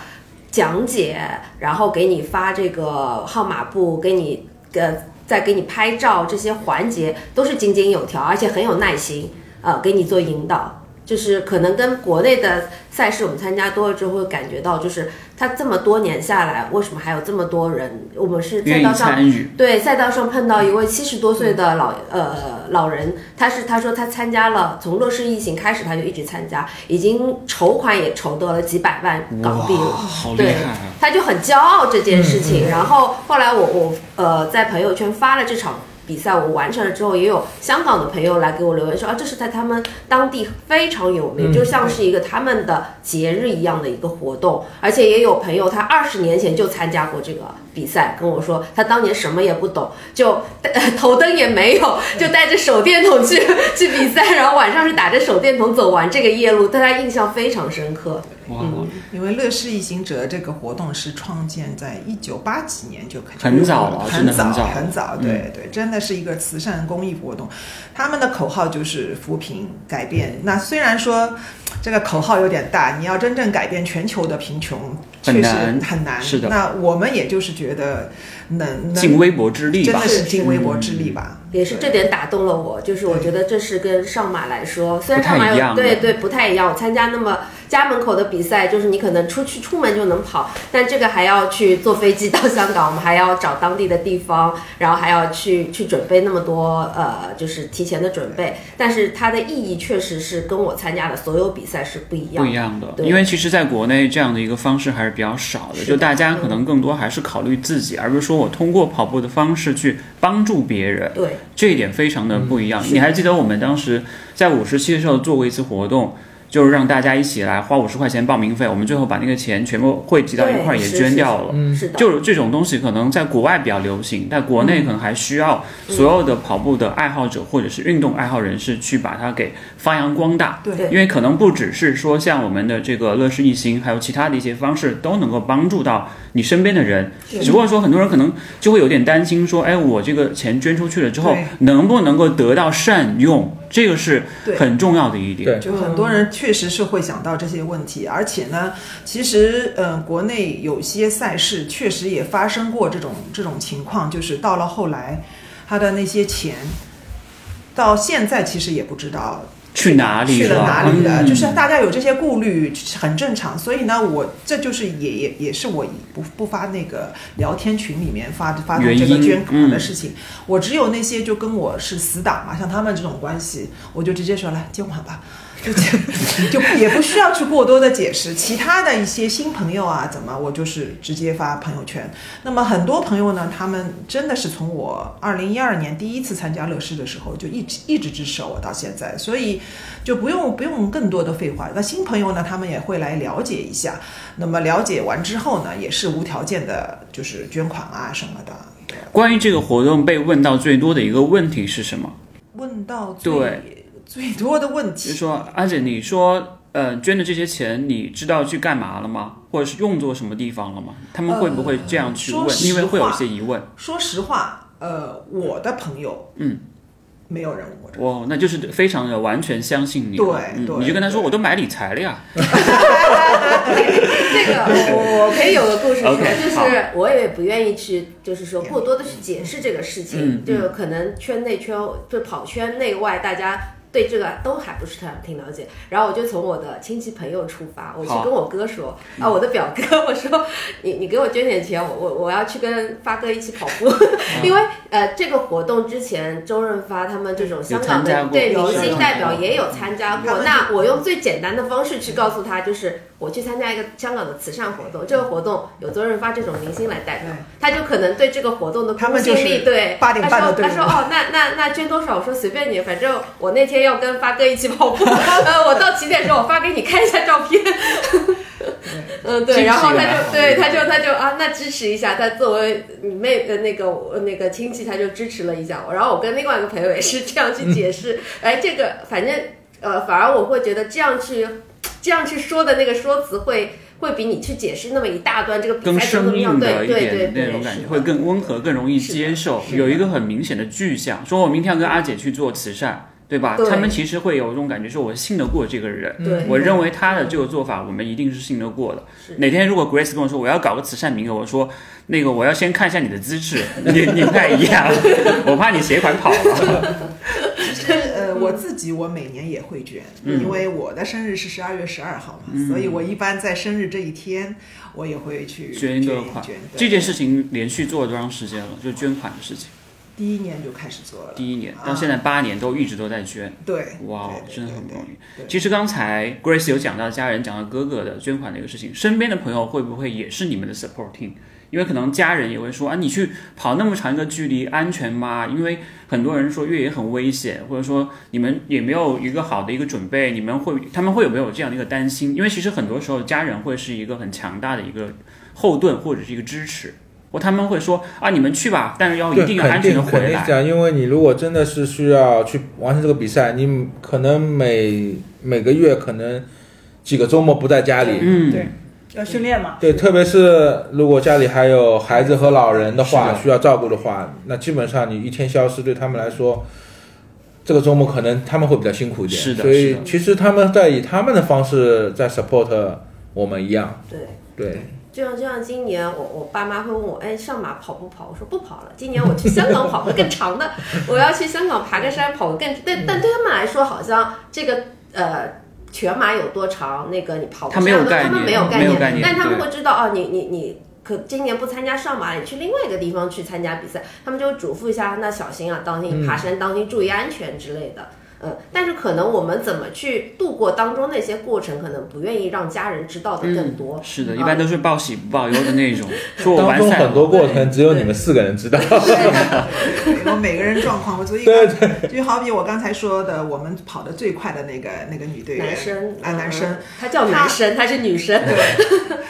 讲解，然后给你发这个号码布，给你呃再给你拍照，这些环节都是井井有条，而且很有耐心，呃，给你做引导。就是可能跟国内的赛事我们参加多了之后，会感觉到就是他这么多年下来，为什么还有这么多人？我们是赛
愿意
道上
参与，
对，赛道上碰到一位七十多岁的老呃老人，他是他说他参加了从乐视疫情开始他就一直参加，已经筹款也筹得了几百万港币了。
好厉
对
害啊！，嗯
他就很骄傲这件事情。然后后来我我呃在朋友圈发了这场比赛，我完成了之后，也有香港的朋友来给我留言说啊，这是在他们当地非常有
嗯
名，就像是一个他们的节日一样的一个活动。而且也有朋友他二十年前就参加过这个比赛，跟我说他当年什么也不懂，就、呃 (laughs) 头灯也没有，就带着手电筒去去比赛，然后晚上是打着手电筒走完这个夜路，对他印象非常深刻。
哇，
因为乐视一行者这个活动是创建在一九八几年就开始，
很早了真
很
的很
早
早
很早，
嗯
对对，真的是一个慈善公益活动。他们的口号就是扶贫改
嗯
变。那虽然说这个口号有点大，你要真正改变全球的贫穷，
很
确实
难
很难。
是的
那我们也就是觉得能
尽
能
微薄之力
真
吧嗯
的。是尽微薄之力吧，
也是
对
这点打动了我，就是我觉得这是跟上马来说，虽然上马
不太一样
有
的
对对不太一样，我参加那么家门口的比赛，就是你可能出去出门就能跑，但这个还要去坐飞机到香港，我们还要找当地的地方，然后还要去去准备那么多呃，就是提前的准备，但是它的意义确实是跟我参加的所有比赛是不一
不
样的
一。样的，
对
因为其实在国内这样的一个方式还是比较少的，
是的
就大家可能更多还是考虑自己，而不是说我通过跑步的方式去帮助别人。
对，
这一点非常的不一样。
嗯是
你还记得我们当时在五十期的时候做过一次活动，就是让大家一起来花五十块钱报名费，我们最后把那个钱全部汇集到一块儿
对
也
是
捐
是
掉了。
嗯
是的，
就是这种东西，可能在国外比较流行，但国内可能还需要
嗯
所有的跑步的爱好者或者是运动爱好人士去把它给发扬光大。
对
对
因为可能不只是说像我们的这个乐视一行，还有其他的一些方式都能够帮助到你身边的人。只不过说很多人可能就会有点担心，说，哎，我这个钱捐出去了之后
对，
能不能够得到善用？这个是
对
很重要的一点。
对
就很多人确实是会想到这些问题，而且呢，其实呃，国内有些赛事确实也发生过这种这种情况，就是到了后来，他的那些钱，到现在其实也不知道
去哪里
去了哪里了，
嗯
就是大家有这些顾虑很正常。所以呢，我这就是也也也是我不不发那个聊天群里面发发动这
原
个
因
捐款的
嗯
事情，我只有那些就跟我是死党嘛，像他们这种关系，我就直接说来捐款吧。就就也不需要去过多的解释，其他的一些新朋友啊，怎么我就是直接发朋友圈。那么很多朋友呢，他们真的是从我二零一二年第一次参加乐视的时候就一直一直支持我到现在，所以就不用不用更多的废话。那新朋友呢，他们也会来了解一下。那么了解完之后呢，也是无条件的，就是捐款啊什么的。对
关于这个活动被问到最多的一个问题是什么？
问到最
对
最多的问
就是
题，
说，而且你说，呃，捐的这些钱，你知道去干嘛了吗？或者是用作什么地方了吗？他们会不会这样去
呃
问？
说实
因为会有一
话
些疑问。
说实话，呃，我的朋友，嗯，没有人问我这个
哇，哦那就是非常的完全相信你了。
对
嗯，
对
你就跟他说，
对
我都买理财了呀。
(laughs) 这个我我可以有个故事说
OK，
就是我也不愿意去，就是说
Yeah
过多的去解释这个事
嗯
情，就可能圈内圈就跑圈内外大家。对这个都还不是太挺了解，然后我就从我的亲戚朋友出发，我去
好
跟我哥说啊，我的表哥，我说你你给我捐点钱，我我我要去跟发哥一起跑步，
嗯
(laughs) 因为呃这个活动之前周润发他们这种香港
有参加
的
过
对
有
明
有有
星代表也有参加
他
过，
们
那我用最简单的方式去告诉他，就是我去参加一个香港的慈善活动，这个活动有周润发这种明星来代表
对，
他就可能对这个活动的
他
公
们
信
就是
力，对，
八点半
他
的
说
队伍
他说哦，那那那捐多少？我说随便你，反正我那天要跟发哥一起跑步， (laughs) 呃，我到起点的时候我发给你看一下照片，嗯，
支持
对，然后他
一下
就对，他就他就啊，那支持一下。他作为你妹的那个那个亲戚，他就支持了一下我。然后我跟另外一个朋友也是这样去解释，
嗯
哎，这个反正呃，反而我会觉得这样去这样去说的那个说辞会会比你去解释那么一大段这个比
更
赛怎么
生
怎么样，
硬的
对
一
对对
点
对，
那种感
是
觉，
的
会更温和，更容易接受。有一个很明显的具象，说我明天要跟阿姐去做慈善，对吧？
对嗯
他们其实会有一种感觉，说我信得过这个人，
对，
我认为他的这个做法，我们一定是信得过的。哪天如果 Grace 跟我说我要搞个慈善名额，我说那个我要先看一下你的资质，
(laughs)
你你不太一样，我怕你携款跑了。
呃，
嗯
我自己我每年也会捐，因为我的生日是十二月十二号嘛，
嗯
所以我一般在生日这一天，我也会去
捐
一
一个款
捐。，
这件
事
事情连续做了多长时间了？就捐款的事情，
第一年就开始做了，
第一年
啊
到现在八年都一直都在捐。
对，
哇
对，对
真的
对
很不
对
容易。
对
其实刚才 Grace 有讲到家人，讲到哥哥的捐款的一个事情，身边的朋友会不会也是你们的 support team？因为可能家人也会说啊，你去跑那么长一个距离，安全吗？因为很多人说越野很危险，或者说你们也没有一个好的一个准备，你们会他们会有没有这样的一个担心？因为其实很多时候家人会是一个很强大的一个后盾或者是一个支持，或他们会说啊，你们去吧，但是要一定要
肯
安全的
定肯
回
定
来
是这。样，因为你如果真的是需要去完成这个比赛，你可能每每个月可能
几个周末不在家里，
嗯，
对要训练嘛，
对，特别是如果家里还有孩子和老人的
是
话，
的
需要照顾的话，那基本上你一天消失，对他们来说，这个周末可能他们会比较辛苦一点。
是的
所
是
以
的
其实他们在以他们的方式在 support 我们一样。
对。
对，
就像就像今年我我爸妈会问我，哎，上马跑不跑？我说不跑了。今年我去香港跑个更长的， (laughs) 我要去香港爬个山，跑个更
嗯
但但对他们来说，好像这个呃。全马有多长？那个你跑不
他
上
没有概
他们
念
没有
没
概念，
有概念
但他们
对
会知道哦，你你你可今年不参加上马，你去另外一个地方去参加比赛，他们就会嘱咐一下，那小心啊，当
嗯
心爬山，当心注意安全之类的。嗯，但是可能我们怎么去度过当中那些过程，可能不愿意让家人知道的更多。
嗯是
嗯
的，一般都是报喜不报忧的
(laughs)
那种，说我
当
完
中
赛了
很多过程
对
只有你们四个人知道。
我每个人状况不
(laughs)
足，一
对
个就好比我刚才说的，我们跑得最快的那个那个女队员，
男生
啊，男生，，
嗯他叫男生，他是
(laughs)
女生，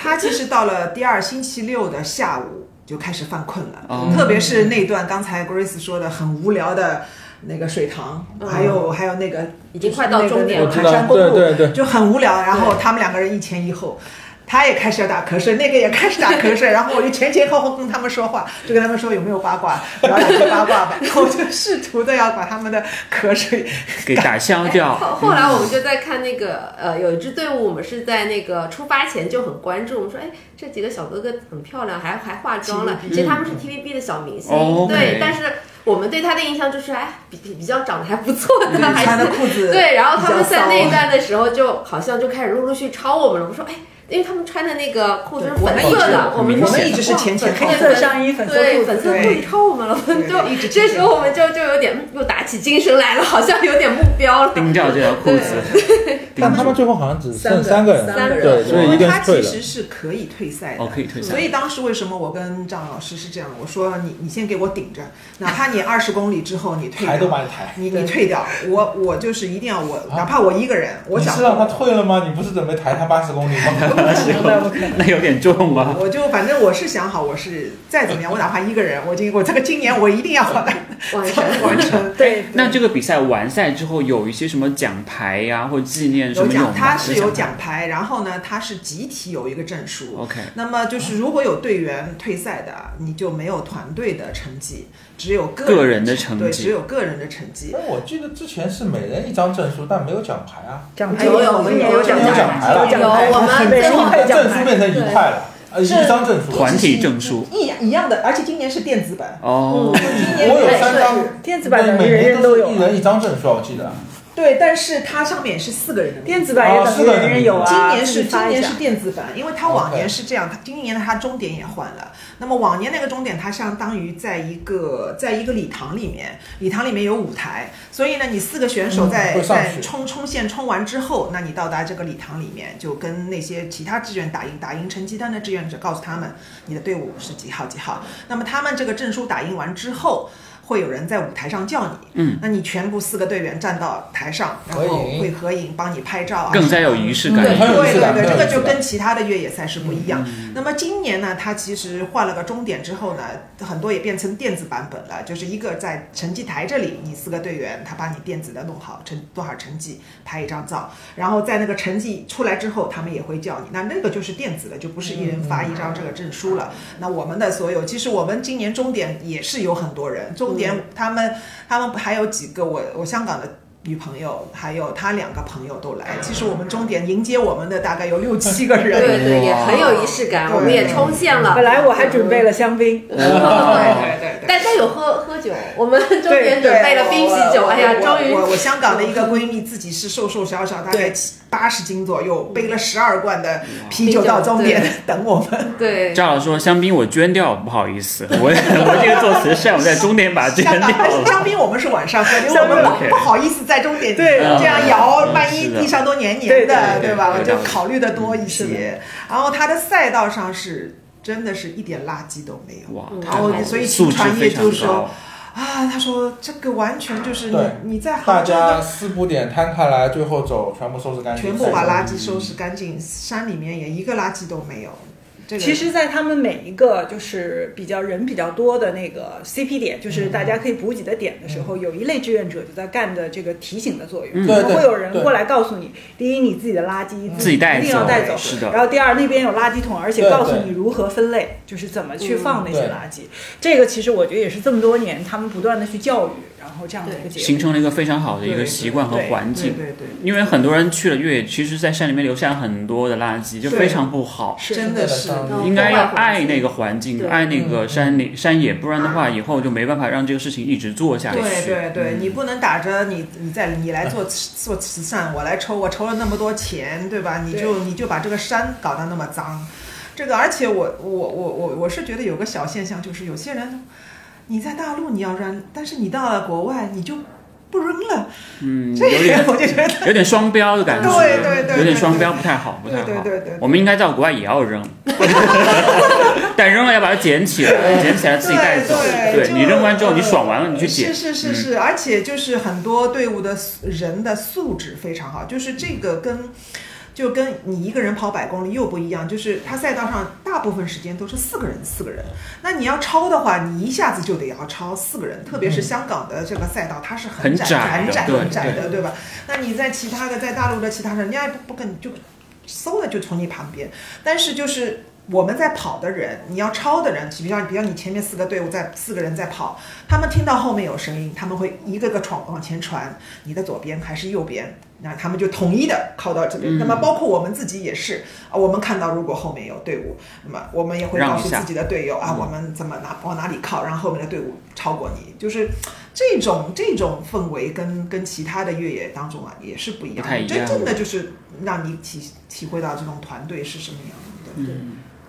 他其实到了第二星期六的下午就开始犯困了，
哦
特别是那段刚才 Grace 说的很无聊的那个水塘，
嗯
还有还有那个
已经快到终点了
我知
那个那个
道
盘山公路，
对对对
就很无聊。然后他们两个人一前一后。他也开始要打瞌睡，那个也开始打
(laughs)
瞌睡，然后我就前前后后跟他们说话，就跟他们说有没有八卦，聊两句八卦吧。 (laughs) 然后我就试图的要把他们的瞌睡
给打消
后
(laughs)
掉。
后来我们就在看那个呃，有一支队伍，我们是在那个出发前就很关注，我们说哎，这几个小哥哥很漂亮，还还化妆了，其实他们是 TVB 的小明星，
哦，OK
对，但是我们对他的印象就是哎，比比比较长得还不错的，还
嗯穿
是
的裤子，
对，然后他们
比较
在
骚啊
那一段的时候，就好像就开始陆陆续抄我们了。我说，哎，因为他们穿的那个裤子是
对
粉
我
色
们一直
的，我们
明
说
显
我们一直是
哇
前前
粉
黑
后后
色
色
的
上衣，粉色
对，
裤
粉
子，
色
对
裤子超我们了，我们就
对一直
这时候
进
我们就就有点又打起精神来了， (laughs) 好像有点目标了。
盯掉这条裤子，盯
(laughs) 但他们
住
最后好像只剩
三
三
个
个人，
三
个人
对，所
因
以
为
一个
他
人退
其
了。
实是可以退赛的。
哦，可以退赛
所。以当时为什么我跟张老师是这样的？我说你你先给我顶着， (laughs) 哪怕你二十公里之后你退
抬都把
掉，
你抬。
你你退掉，我我就是一定要我，哪怕我一个人，我
你
想
是让他退了吗？你不是准备抬他八十公里
(laughs)
吗？
那有点重啊。
我就反正我是想好，我是再怎么样，我哪怕一个人，我今我这个今年我一定要把它
完成。
完成。
对，
那这个比赛完赛之后有一些什么奖牌呀、或者纪念什
有
么
奖，
吗
它是有
有
奖牌，然后呢，它是集体有一个证书，
OK，
那么就是，如果有队员退赛的，你就没有团队的成绩，只有个
个人的成
成
绩
对，只有个人的成绩。
我记得之前是每人一张证书，但没有奖牌啊。
奖牌
有有
我们也
有
奖
有奖牌了
有奖牌，
有我们
每
最
人
后
一
那
块奖
证书
牌。
变成一块了，呃，一张证书。
团体证书
一一样的，而且今年是电子版。
嗯
哦，
我有三张，
电子版的
每
人
年
人都有
是一人一张证书啊，我记得。
对，但是它上面是四个人的名字。
电子版也等于人人有啊，
今年是
自己发
今
一
年
下
是电子版，因为它往
OK
年是这样，它今年它终点也换了。那么往年那个终点，它相当于在一个在一个礼堂里面，礼堂里面有舞台，所以呢，你四个选手在、
会上
在
去
冲冲线冲完之后，那你到达这个礼堂里面，就跟那些其他志愿打印打印成绩单的志愿者告诉他们你的队伍是几号几号。那么他们这个证书打印完之后。会有人在舞台上叫你，嗯，那你全部四个队员站到台上，然后
合影
会合影，帮你拍照啊，
更加有仪式感。
对很有意
对
思的
对对，这
很有嗯
个
意思
就
的
跟其他的越野赛事不一样。那么今年呢，它其实换了个终点之后呢，很多也变成电子版本了，就是一个在成绩台这里，你四个队员他把你电子的弄好成多少成绩拍一张照，然后在那个成绩出来之后，他们也会叫你。那那个就是电子的，就不是一人发一张这个证书了。那我们的所有，其实我们今年终点也是有很多人，终点他们他们还有几个我我香港的女朋友，还有他两个朋友都来。其实我们终点迎接我们的大概有六七个
对对
人。
对，也很有仪式感，
对
我们也冲线了。
本来我还准备了香槟，
对对对。
但但有喝喝酒，我们中间准备了冰啤酒，哎呀，终于
我我香港的一个闺蜜自己是瘦瘦小小，大概八十斤左右，背了十二罐的啤酒到终点等我们。
对。
赵老师说香槟我捐掉，不好意思，我 (laughs) 我这个做慈善，我在终点把它捐
(laughs) 香港
掉了。
香槟我们是晚上喝，因为我们
香槟
不不好意思在终点
对
这样摇，
嗯
万一
是的
地上都黏
对
黏
对
的，
对
对吧？
对
我
对
就考虑的多一些。然后它的赛道上是真的是一点垃圾都没有
哇，
然后
太好了
嗯哦所以
素
体
质
传
非
业
常
就说
高，
啊，他说这个完全就是你
对
你在
(laughs) 大
杭州
家
就
四步点摊开来，最后走，全部收拾干净。
全部把垃圾收拾干净，山里面也一个垃圾都没有。这个
其实，在他们每一个就是比较人比较多的那个 CP 点，就是
嗯
大家可以补给的点的时候，有一类志愿者就在干的这个提醒的作用，
嗯
可
对
能
对
会有人
对嗯
过来告诉你，第一，你自己的垃圾
自己带
一定要
走
带走，
是的
然后第二，那边有垃圾桶，而且
对
告诉
对
你如何分类，就是怎么去放那些
嗯
垃圾。这个其实我觉得也是这么多年他们不断的去教育，然后这样的一个结
形
果。
成了一个非常好的一
对
个习惯和
对
环
对
境。
对对，
因为很多人去了越野，其实，在山里面留下了很多的垃圾，就非常不好。
是
真的是
嗯
应该要爱那个环境，
对
爱那个山
嗯
里山野，不然的话，以后就没办法让这个事情一直做下去。嗯
对对对，你不能打着你你在你来做慈做慈善，我来抽，我筹了那么多钱，对吧？你就你就把这个山搞得那么脏，这个而且我我我我我是觉得有个小现象，就是有些人你在大陆你要扔，但是你到了国外你就不扔了，
嗯，
这
有
一 (laughs)
点
点我就觉得
有点双标的感觉，
对对对
有点双标不太好，不太好。
对对对对对
我们应该到国外也要
(laughs)
扔，但扔了要把它捡起来，捡起来自己带走。
对
对
就
你扔完之后，你爽完了你去捡嗯
是。是是是，而且就是很多队伍的素人的素质非常好，就是这个跟。就跟你一个人跑百公里又不一样，就是他赛道上大部分时间都是四个人，四个人。那你要超的话，你一下子就得要超四个人，特别是香港的这个赛道，它是
嗯很
窄、
窄
很
的
窄、
对
很窄的，对吧？那你在其他的，在大陆的其他人，人家也不不跟就嗖的就从你旁边，但是就是我们在跑的人，你要超的人，比方比方你前面四个队伍在四个人在跑，他们听到后面有声音，他们会一个个闯往前传，你的左边还是右边，那他们就统一的靠到这
嗯
边。那么包括我们自己也是，啊，我们看到如果后面有队伍，那么我们也会
让
告
一
诉
下
自己的队友啊，我们怎么哪往哪里靠，让后面的队伍超过你，就是。这种这种氛围跟跟其他的越野当中啊也是不一样
不
的，
太一样
真正的就是让你体体会到这种团队是什么样的。对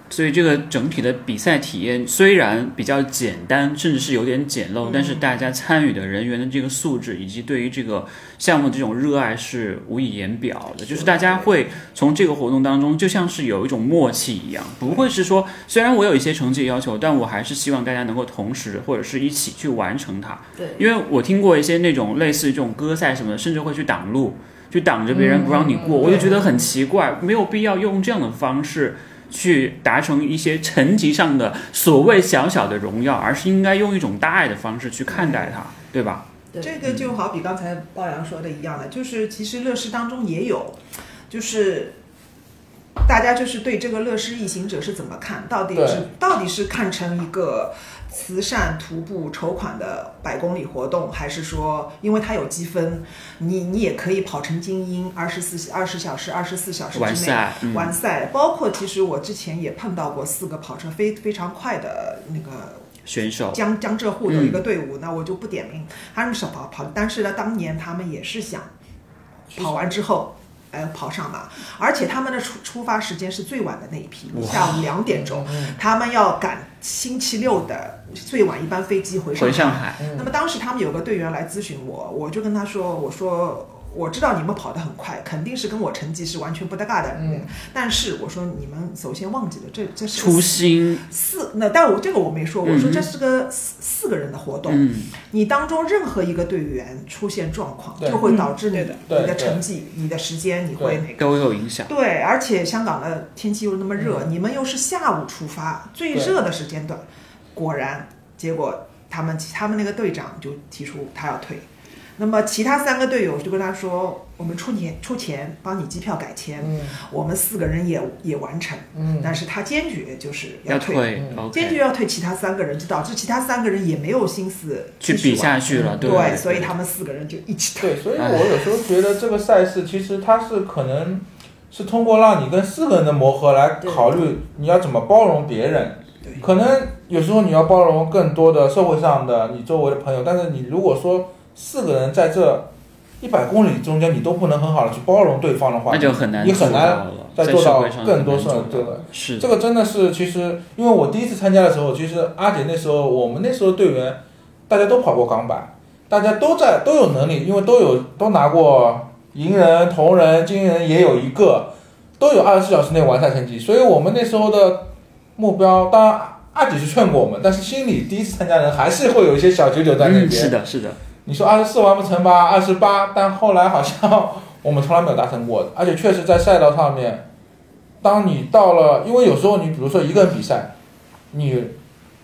所以这个整体的比赛体验虽然比较简单，甚至是有点简陋，但是大家参与的人员的这个素质以及对于这个项目的这种热爱是无以言表的。就是大家会从这个活动当中，就像是有一种默契一样，不会是说虽然我有一些成绩要求，但我还是希望大家能够同时或者是一起去完成它。
对
因为我听过一些那种类似于这种歌赛什么的，甚至会去挡路，去挡着别人不让你
嗯
过，我就觉得很奇怪，没有必要用这样的方式去达成一些成绩上的所谓小小的荣耀，而是应该用一种大爱的方式去看待它，
嗯
对吧？
这个
嗯
就好比刚才鲍阳说的一样的，就是其实乐视当中也有，就是大家就是对这个乐视一行者是怎么看，到底是
对
到底是看成一个慈善徒步筹款的百公里活动，还是说因为它有积分，你你也可以跑成精英，二十四二十小时二十四小时之内
完赛，嗯，
完赛，包括其实我之前也碰到过四个跑车非非常快的那个
选手，
江江浙沪有一个
嗯
队伍，那我就不点名，他们是跑跑，但是呢，当年他们也是想跑完之后。呃，跑上马，而且他们的出出发时间是最晚的那一批，下午两点钟，他们要赶星期六的最晚一班飞机回上
回上
海。
海，
那么当时他们有个队员来咨询我，我就跟他说，我说我知道你们跑得很快，肯定是跟我成绩是完全不搭嘎的，
嗯
但是我说你们首先忘记了这这是个
初心，
四那，但我这个我没说，我说
嗯
这是个四四个人的活动，
嗯，
你当中任何一个队员出现状况，
对
就会导致你、
嗯对的
你
对
的
对
成绩、你的时间，你会那个。
都有影响。
对，而且香港的天气又那么热，你们又是下午出发，最
对
热的时间段，果然结果他们他们那个队长就提出他要退，那么其他三个队友就跟他说，我们出钱出钱帮你机票改签，
嗯
我们四个人也也完成，
嗯，
但是他坚决就是
要
退。
退
嗯
坚决
，OK，
要退其他三个人，就导致其他三个人也没有心思
去
继续
比
玩
下去了，
对
对，
所以他们四个人就一起退。
对，所以
哎
我有时候觉得这个赛事其实它是可能是通过让你跟四个人的磨合来考虑你要怎么包容别人。可能有时候你要包容更多的社会上的你周围的朋友，但是你如果说四个人在这一百公里中间你都不能很好的去包容对方的话，
那就很难
你
做
很
到
难
了，
再
在
做
社
到
会上
更
很
多
难
事
做
儿
到
对吧
是的
这个真的是，其实因为我第一次参加的时候，其实阿姐那时候我们那时候队员大家都跑过港百，大家都在都有能力，因为都有都拿过银人、铜人、金人，也有一个都有二十四小时内完赛成绩，所以我们那时候的目标，当然阿姐是劝过我们，但是心里第一次参加人还是会有一些小九九在那边。
嗯，是的，是的，
你说二十四完不成吧，二十 (laughs) 八，但后来好像我们从来没有达成过，而且确实在赛道上面，当你到了，因为有时候你比如说一个人比赛，你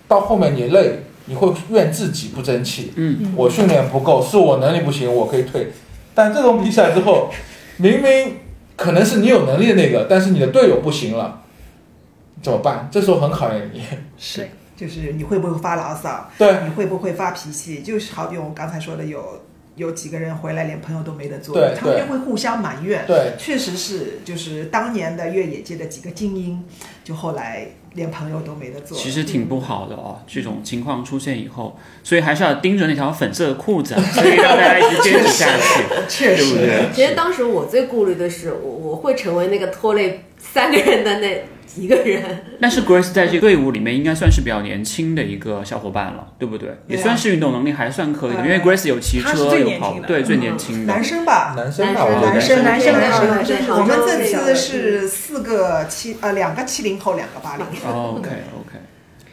到后面你累，你会怨自己不争气，
嗯，
我训练不够，是我能力不行，我可以退。但这种比赛之后，明明可能是你有能力的那个，但是你的队友不行了，怎么办？这时候很考验你。
是
就是你会不会发牢骚，
对，
你会不会发脾气，就是好比我刚才说的有。有几个人回来连朋友都没得做
对，
他们
对
就会互相埋怨。
对，
确实是，就是当年的越野界的几个精英，就后来连朋友都没得做。
其实挺不好的哦，这种情况出现以后，所以还是要盯着那条粉色的裤子啊，所以让大家一直坚持下去，
(laughs) 确
对不
实，
对？
其实当时我最顾虑的是，我我会成为那个拖累三个人的那一个人。
但是 Grace 在这个队伍里面应该算是比较年轻的一个小伙伴了，对不对？也
对啊
算是运动能力还算可以的，因为
嗯
Grace 有骑
他是
车，
最
有
年
跑
轻，的
对，最
嗯
年轻的
男生吧，
男生
男
吧，我觉
生，
得
男生
男
男生
男生，
我们
杭州
这
也有
次是四个七呃两个七零后，两个八零后。
哦 OK OK，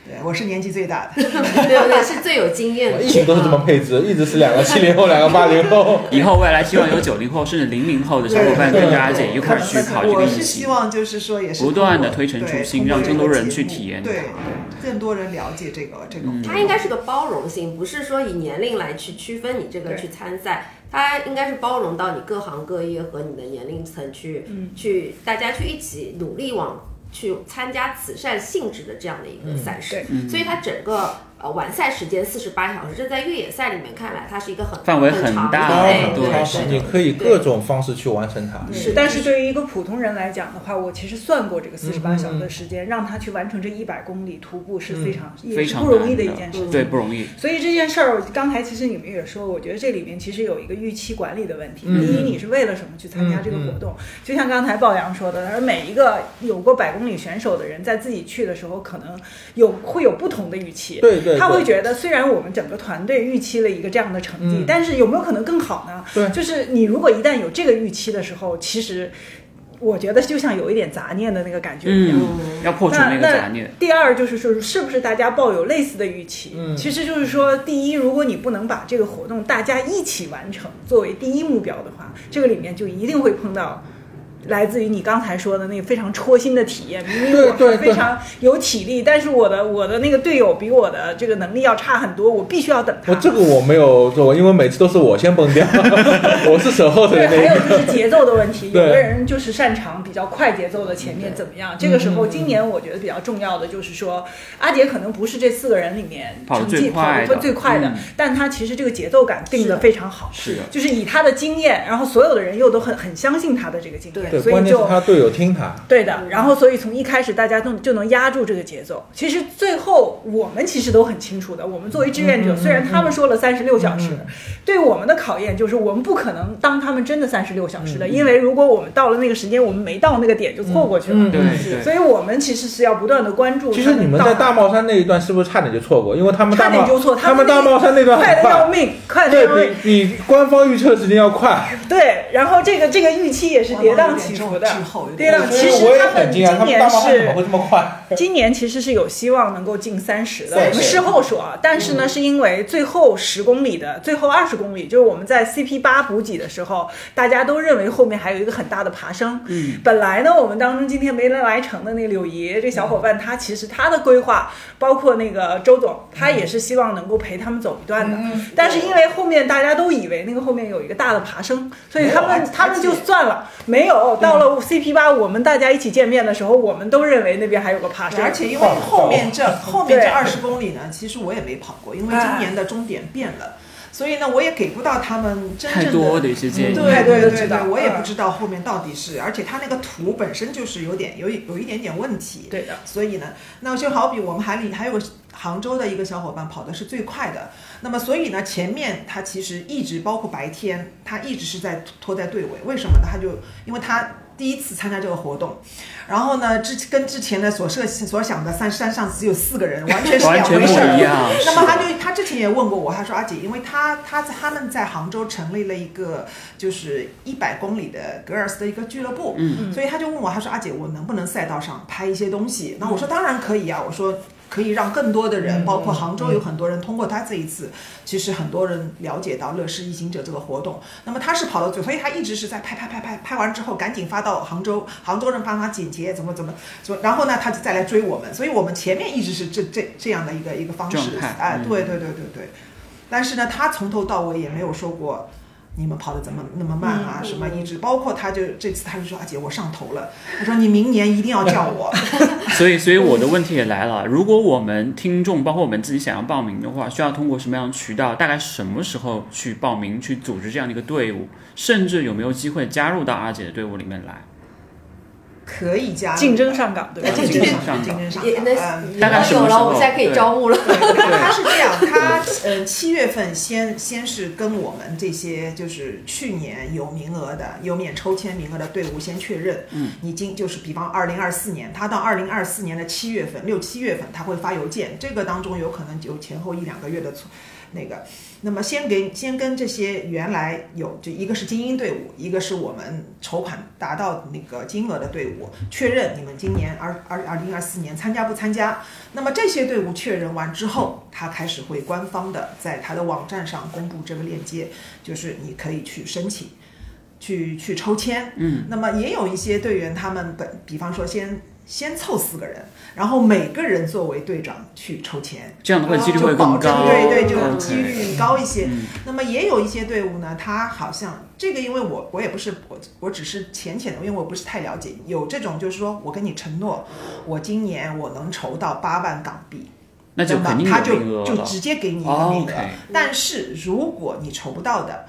对，我是年纪最大的。
嗯对对是最有经验
(laughs)
的，
一直都是这么配置，一直是两个七零后，两个八零 (laughs) 后。
以后未来希望有九零后甚至零零后的小伙伴跟着阿姐一块儿去考这个
我
一
是
级
希。望就是说也是
不断地推陈出新
对
让更多
通过
人去
这个节目
体验
对
它，
更多人了解这个这个。
嗯
它应该是个包容性，不是说以年龄来去区分你这个
对
去参赛，它应该是包容到你各行各业和你的年龄层去，
嗯
去大家去一起努力往去参加慈善性质的这样的一个赛事，
嗯
所以它整个呃完赛时间四十八小时，这在越野赛里面看来，它是一个很
范围很
很长的
大
当
哎
然，
对
它
是
是你可以各种方式去完成它。
嗯
是
但是对于一个普通人来讲的话，我其实算过这个四十八小时的时间，让他去完成这一百公里徒步是非常、也
非
是
常
不容易
难
的一
的
件事情。
对，不容易。
所以这件事儿，刚才其实你们也说，我觉得这里面其实有一个预期管理的问题。
嗯
第一，你是为了什么去参加这个活动？就像刚才鲍阳说的，他说每一个有过百公里选手的人，在自己去的时候，可能有会有不同的预期。
对对，
他会
对
觉得，虽然我们整个团队预期了一个这样的成绩，
嗯
但是有没有可能更好呢？
对
就是你如果一旦有这个预期的时候，其实我觉得就像有一点杂念的那个感觉一样。
嗯，要破除那个杂念。
第二就是说，是不是大家抱有类似的预期？
嗯
其实就是说，第一，如果你不能把这个活动大家一起完成作为第一目标的话，这个里面就一定会碰到。来自于你刚才说的那个非常戳心的体验，明明我
对对
是非常有体力，但是我的我的那个队友比我的这个能力要差很多，我必须要等他。
我这个我没有做，因为每次都是我先崩 (laughs) 掉，我是守后头
(laughs) 对，
的那
还
一
有
个。
就是节奏的问
(laughs)
题，有
对
的人就是擅长比较快节奏的，前面怎么
嗯
样？这个时候，今年我觉得比较重要的就是说，阿杰可能不是这四个人里面
跑得
成
最
绩跑
快
得
的
最快的
嗯，
但他其实这个节奏感定得非常好，
是的
就是以他的经验，然后所有的人又都很很相信他的这个经验，
对，
所
关
以
键是
就。
他队友听他。
对的，然后所以从一开始大家都就能压住这个节奏。其实最后我们其实都很清楚的，我们作为志
嗯
愿者，虽然他们说了三十六小时，对我们的考验就是我们不可能当他们真的三十六小时
嗯
的，因为如果我们到了那个时间，我们没到那个点就错过去了。
嗯
对对，
所以我们其实是要不断的关注。
其实你们在大帽山那一段是不是差点就错过？因为他们大
差点
帽
就错，
他
们
们大帽山那段
快
很
的要
快，
命，快的要
对
命。
比比官方预测时间要快。
对，然后这个这个预期也是跌宕起伏的
往往有点滞后。有
跌
点
宕，
所
其
以
实
我也
他们
很
今
惊呃讶，他们大
年
帽山怎
是
么会这么快？
(laughs) 今年其实是有希望能够进三十的，
对
我们事后说啊。但是呢，是因为最后十公里的最后二十公里，就是我们在 CP 八补给的时候，大家都认为后面还有一个很大的爬升。嗯，本来呢，我们当中今天没能来成的那个柳爷这小伙伴，他其实他的规划，包括那个周总，他也是希望能够陪他们走一段的。但是因为后面大家都以为那个后面有一个大的爬升，所以他
没有
们
啊
他们就算了，没有到了 CP 八，我们大家一起见面的时候，我们都认为那边还有个爬升，
而且因为后面这后面这二十公里呢，其实我也没跑过，因为
哎
今年的终点变了，所以呢，我也给不到他们真
太
正
多
的
的一些建议。
对
对
对
不知
对
道
对，我也
嗯
不知道后面到底是，而且它那个图本身就是有点有一有一点点问题。
对的，
所以呢，那就好比我们还里还有个杭州的一个小伙伴跑的是最快的，那么所以呢，前面他其实一直包括白天，他一直是在拖在队尾，为什么呢？他就因为他。第一次参加这个活动，然后呢，之跟之前的所设所想的三山上只有四个人，完全是
完
两
全
回
不
事儿。
一样。
那么
是
他就他之前也问过我，他说阿姐，因为他他在他们在杭州成立了一个就是一百公里的 girls 的一个俱乐部，
嗯
所以他就问我，他说阿姐，我能不能赛道上拍一些东西？那我说当然可以啊，我说可以让更多的人，包括杭州有很多人通过他这一次，其实很多人了解到乐视一行者这个活动。那么他是跑到最，所以他一直是在拍拍拍拍拍完之后，赶紧发到杭州，杭州人帮他剪辑，怎么怎么怎么，然后呢，他就再来追我们。所以我们前面一直是这这这样的一个一个方式
状态
哎，
嗯
对对对对对。但是呢，他从头到尾也没有说过你们跑得怎么那么慢啊，什么一直，包括他就这次他就说啊姐我上头了，他说你明年一定要叫我，
所以，所以我的问题也来了，如果我们听众包括我们自己想要报名的话，需要通过什么样的渠道？大概什么时候去报名，去组织这样的一个队伍？甚至有没有机会加入到阿姐的队伍里面来？
(laughs) 可以加入
竞争上岗，对吧
哎？竞
竞争
争
上岗
竞争上
也那
岗，嗯。
大概
有
什么时
了，
候
我们现在可以
对
招募了。
他是这样，他呃七月份先先是跟我们这些就是去年有名额的、有免抽签名额的队伍先确认。嗯，已经就是比方二零二四年，他到二零二四年的七月份、六七月份他会发邮件，这个当中有可能有前后一两个月的错那个。那么先给先跟这些原来有就一个是精英队伍，一个是我们筹款达到那个金额的队伍确认你们今年二二二零二四年参加不参加？那么这些队伍确认完之后，他开始会官方的在他的网站上公布这个链接，就是你可以去申请，去去抽签。嗯，那么也有一些队员，他们本比方说先先凑四个人，然后每个人作为队长去抽签。
这样的话几率会
哦就保
更
证
高，
对对，就
OK
几率高一些
嗯。
那么也有一些队伍呢，他好像这个，因为我我也不是我我只是浅浅的，因为我不是太了解。有这种就是说我跟你承诺，我今年我能筹到八万港币，
那就肯定
么他
有名
就
额
就
了。
直接给你一个
哦
名额。
OK，
但是如果你筹不到的，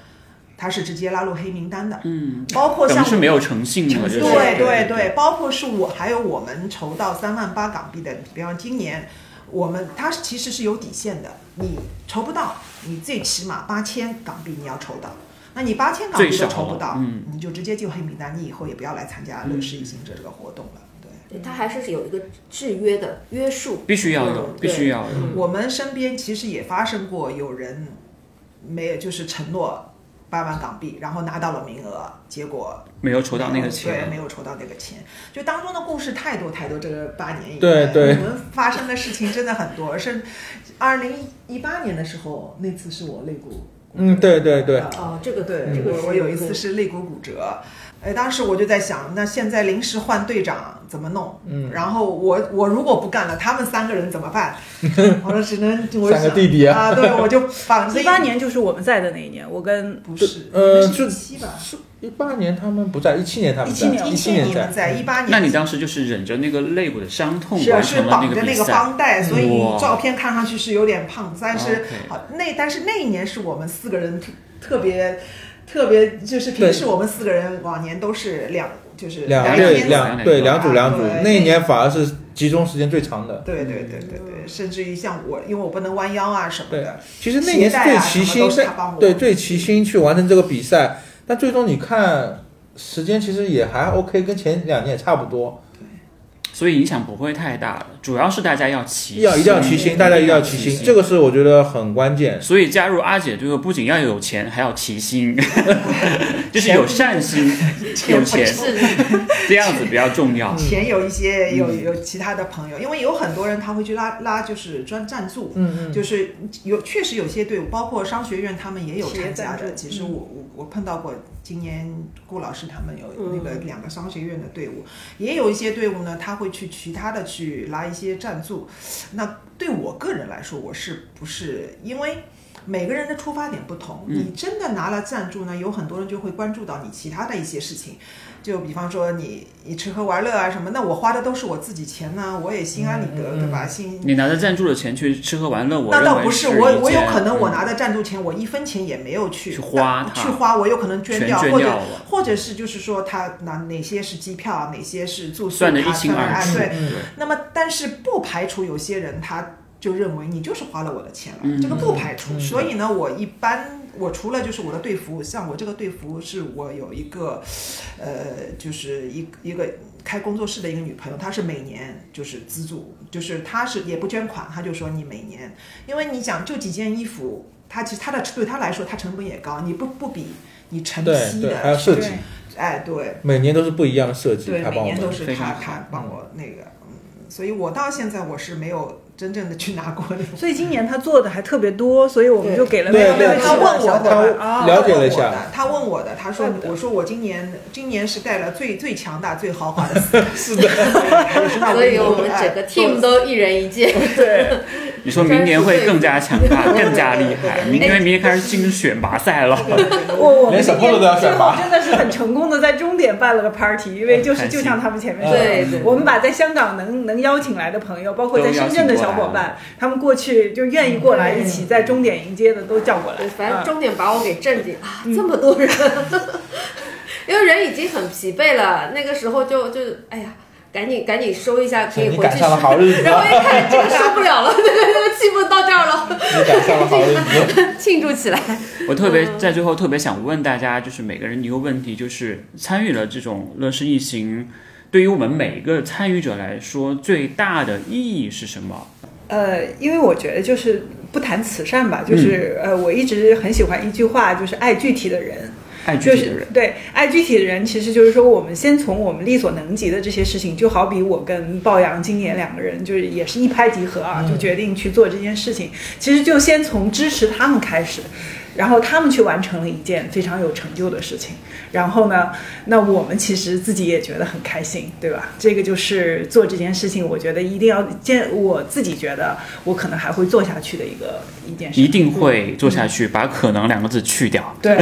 他是直接拉入黑名单的，
嗯，
包括
等
像
于是没有诚信了，就是对
对对对，包括是我还有我们筹到三万八港币的，比方今年我们它其实是有底线的，你筹不到，你最起码八千港币你要筹到。那你八千港币
最少
都
了
筹不到，
嗯
你就直接进黑名单，你以后也不要来参加乐视一行者这个活动了。对，
对它还是有一个制约的约束，
必须要有
嗯，
必须要有。
我们身边其实也发生过有人没有，就是承诺八万港币，然后拿到了名额，结果
没有筹到那个
对，没
钱，
有筹到那个钱。就当中的故事太多太多，这个八年以来，
对对
我们发生的事情真的很多。是二零一八年的时候，那次是我肋骨，
嗯，对对对，
啊
哦，这个
对，
这个
我
是
我有一次是肋骨骨折，哎，当时我就在想，那现在临时换队长怎么弄？嗯，然后我我如果不干了，他们三个人怎
(laughs)
么办？我说只能我
三个
想
弟弟啊
啊，对，我就反正
一八年就是我们在的那一年，我跟
不是，
呃
应该是
就
一七吧，
是一八年他们不在，一七年他们在，
17年
一七
你
年
们
在，
在一八年，
那你当时就是忍着那个肋骨的伤痛
是啊
完
是
成了
绑着
比
那个
赛。
绷带，所以
哇
你照片看上去是有点胖，但是
OK
好那但是那一年是我们四个人特特别特别，就是平时我们四个人往年都是两就是
两
两
对
天
年
两对两组两组
对，
那一年反而是集中时间最长的。
对对对对对，甚至于像我，因为我不能弯腰啊什么
嗯对
的，，
其实那年是最齐
鞋带啊什么
心
都是他帮
的，
我
对最齐心去完成这个比赛，但最终你看时间其实也还 OK，跟前两年也差不多。
所以影响不会太大的，主要是大家要齐嗯
要一定要齐心，大家一定要齐心，这个是我觉得很关键。
所以加入阿姐队伍不仅要有钱，还要齐
(laughs)
心，就是有善心、有钱，这样子比较重要。
前有一些有有其他的朋友，因为有很多人他会去拉拉就是专赞助，嗯嗯，就是有确实有些队伍，包括商学院他们也有
企业
参加
赞
的。
助嗯
其实我我我碰到过，今年顾老师他们有
嗯
那个两个商学院的队伍，也有一些队伍呢，他会去其他的去拉一些赞助。那对我个人来说，我是不是因为？每个人的出发点不同，
嗯
你真的拿了赞助呢，有很多人就会关注到你其他的一些事情，就比方说你你吃喝玩乐啊什么，那我花的都是我自己钱呢、我也心安理得，对吧？心
嗯你拿着赞助的钱去吃喝玩乐，我
那
认
倒
为
不
是
是，我
一
我有
件
可能我
嗯
拿的赞助钱，我一分钱也没有去
去花它
去花，我有可能捐
全
掉，
捐
或者
掉了
或者是就是说他哪哪些是机票，哪些是住宿，
算得
他
一清
算
二
得
楚。
哎对，那么，但是不排除有些人他就认为你就是花了我的钱了，这个不排除。嗯所以呢，我一般我除了就是我的队服，像我这个队服是我有一个，呃，就是一一个开工作室的一个女朋友，她是每年就是资助，就是她是也不捐款，她就说你每年，因为你想就几件衣服。它其实它的对她来说，它成本也高，你不不比你晨
对
曦
对，还有
的，
设计，
哎，对，
每年都是不一样的设计，
对，
他
每
帮我
年
们
都是
非
他
常好
嗯他帮我那个，嗯，所以我到现在我是没有真正的去拿过那种。
所以今年他做的还特别多，所以我们就给了
对
每个
对
人
他问我
小伙
的
伴啊，
了解了一下
他问我的，他说
怪不得
我说我今年今年是带了最最强大最豪
(laughs)
华的四
是的，
(laughs) 我是那
所以我们整个 team 都一人一件。
对，
你说明年会更加强
(laughs)
大，更加厉害。
哎
明年明年开始进行选拔赛了，
我我们
连小
今天
朋友都要选拔
最后真的是很成功的在终点办了个 party，因为就是
开心
就像他们前面说的，
对对，
我们把在香港能能邀请来的朋友，包括在深圳的小
都邀请
伙
过来
伴，他们过去就愿意过来
嗯
一起在终点迎接的都叫过来
对，。反正
嗯
哎终点把我给震惊啊，这么多人， (laughs) 因为人已经很疲惫了，那个时候就就哎呀，赶紧赶紧收一下，可以回
你
去
赶上了
睡。
好日子，
然后
啊
一看这个受不了了， (laughs) 这个气氛到这儿了，
你赶上了好日
(laughs)
子。
庆祝起来。
我特别
嗯
在最后特别想问大家，就是每个人一个问题，就是参与了这种乐视一行，对于我们每一个参与者来说，最大的意义是什么？
呃，因为我觉得就是不谈慈善吧，就是、
嗯
呃，我一直很喜欢一句话，就是爱具体的人。
爱
就
具体的
是
人，
对爱具体的人，其实就是说，我们先从我们力所能及的这些事情，就好比我跟龅阳今年两个人就是也是一拍即合啊，
嗯
就决定去做这件事情。其实就先从支持他们开始，然后他们去完成了一件非常有成就的事情。然后呢，那我们其实自己也觉得很开心，对吧？这个就是做这件事情，我觉得一定要见我自己觉得我可能还会做下去的一个一件事
一
情。
定
嗯
会做下去，把“可能”两个字去掉。
对，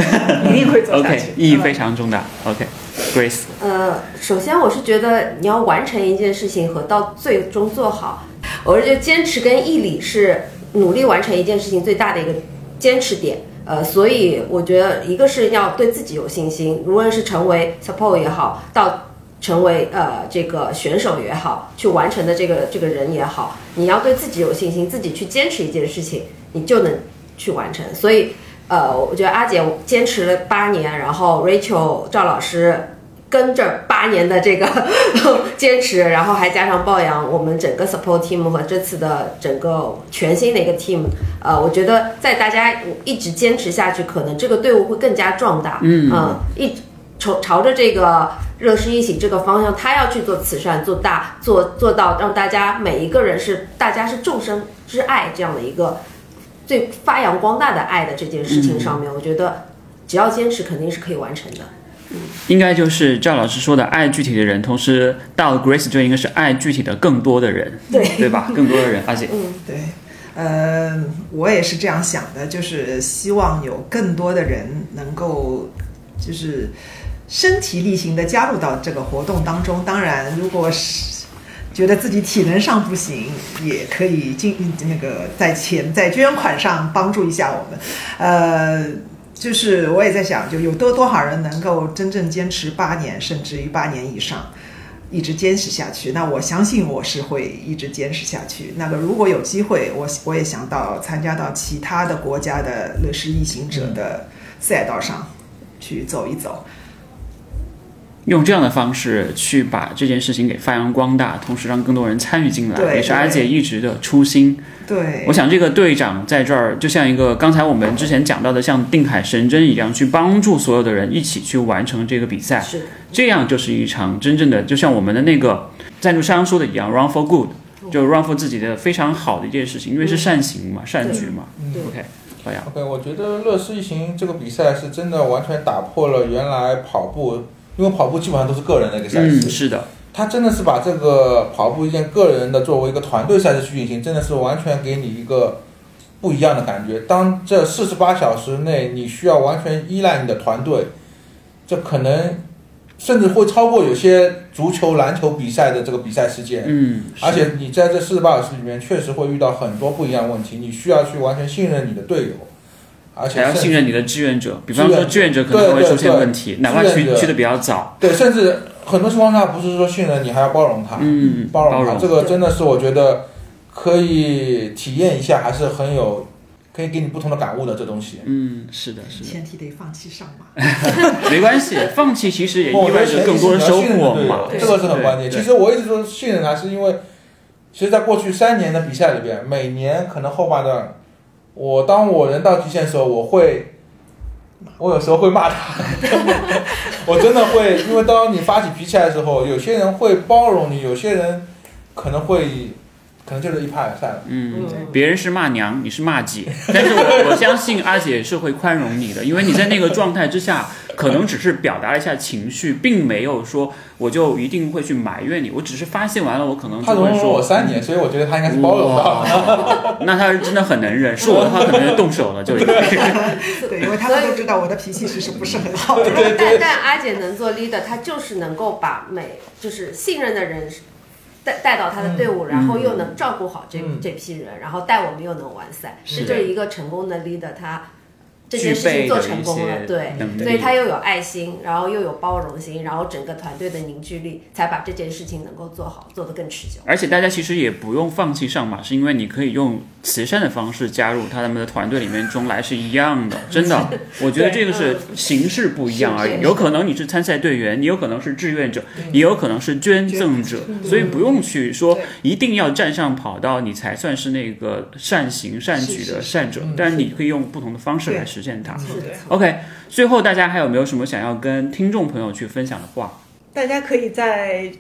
一定会做下
OK，
去。
意义
嗯
非常重大。OK，Grace，、
呃，首先我是觉得你要完成一件事情和到最终做好，我是觉得坚持跟毅力是努力完成一件事情最大的一个坚持点。呃，所以我觉得一个是要对自己有信心，无论是成为 support 也好，到成为呃这个选手也好，去完成的这个这个人也好，你要对自己有信心，自己去坚持一件事情，你就能去完成。所以。呃，我觉得阿姐坚持了八年，然后 Rachel 赵老师跟着八年的这个 (laughs) 坚持，然后还加上抱养我们整个 support team 和这次的整个全新的一个 team，呃，我觉得在大家一直坚持下去，可能这个队伍会更加壮大。嗯，一朝朝着这个热是一起这个方向，他要去做慈善，做大，做做到让大家每一个人是大家是众生之爱这样的一个最发扬光大的爱的这件事情上面，我觉得只要坚持，肯定是可以完成的。
应该就是赵老师说的爱具体的人，同时到了 Grace 就应该是爱具体的更多的人，
对
对吧？更多的人，而且
对，呃，我也是这样想的，就是希望有更多的人能够，就是身体力行的加入到这个活动当中。当然，如果是觉得自己体能上不行，也可以进那个在钱在捐款上帮助一下我们，呃。就是我也在想，就有多多少人能够真正坚持八年，甚至于八年以上。一直坚持下去。那我相信我是会一直坚持下去。那么如果有机会，我我也想到参加到其他的国家的乐视异行者的赛道上去走一走。
用这样的方式去把这件事情给发扬光大，同时让更多人参与进来，
对
也是
对
阿姐一直的初心。
对
我，想这个队长在这儿，就像一个刚才我们之前讲到的，像定海神针一样，去帮助所有的人一起去完成这个比赛。
是的。
这样就是一场真正的，就像我们的那个赞助商说的一样，run for good，就 run for 自己的非常好的一件事情，因为是善行嘛，善举嘛。
对
OK，好呀，
OK，我觉得乐视一行这个比赛是真的完全打破了原来跑步，因为跑步基本上都是个人的一个赛
嗯，
事，
是的，
他真的是把这个跑步一件个人的作为一个团队赛事去进行，真的是完全给你一个不一样的感觉。当这四十八小时内，你需要完全依赖你的团队，这可能甚至会超过有些足球、篮球比赛的这个比赛时间。
嗯，
而且你在这四十八小时里面，确实会遇到很多不一样的问题，你需要去完全信任你的队友，而且
还要
甚
信任你的志愿者，比方说志
志
愿
愿
者
者
可能会
对对
出现
对
问题，哪怕
志愿
去
者
去的比较早，
对，甚至很多情况下不是说信任你，还要包容他，
嗯，
啊包容他，这个
对
真的是我觉得可以体验一下，还是很有，可以给你不同的感悟的这东西。
嗯，是的，是
前提得放弃上
(laughs)
马。
的，没关系，放弃其实也
我
意
觉得
味着更多的收获嘛，
这个是很关键。
对
其实我一直说信任他，是因为，其实，在过去三年的比赛里边，每年可能后半段，我当我人到极限的时候，我会，我有时候会骂他， (laughs) 我真的会，因为当你发起脾气来的时候，有些人会包容你，有些人可能会可能就是一拍而散了。
嗯，
别人是骂娘，你是骂姐，但是我我相信阿姐是会宽容你的，因为你在那个状态之下，可能只是表达了一下情绪，并没有说我就一定会去埋怨你，我只是发泄完了，我可能
他
就
容
会
忍了
说
我三年，所以我觉得他应该是包容到的。
哇那他是真的很能忍，是我的话可能就动手了，就已经。
对，因为他们都知道我的脾气其实不是很好的。
但
(laughs)
但阿姐能做 leader，她就是能够把每就是信任的人带带到她的队
嗯
伍，然后又能照顾好这、
嗯
这批人，然后带我们又能完赛，
是
这就是一个成功的 leader，她这
具
件事情
备
做
的
成
一
功
些
了，对。
能
所以
力
她又有爱心，然后又有包容心，然后整个团队的凝聚力，才把这件事情能够做好，做得更持久。
而且大家其实也不用放弃上马，是因为你可以用慈善的方式加入他们的团队里面中来是一样的，真的，我觉得这个是形式不一样而
是
已。
是
有可能你是参赛队员，你有可能是志愿者，也有可能是捐赠者，所以不用去说
对
一定要站上跑道你才算是那个善行善举
是
的
是
善者
嗯，
但你可以用不同的方式
对
来实现它。
是的
OK，最后大家还有没有什么想要跟听众朋友去分享的话？
大家可以在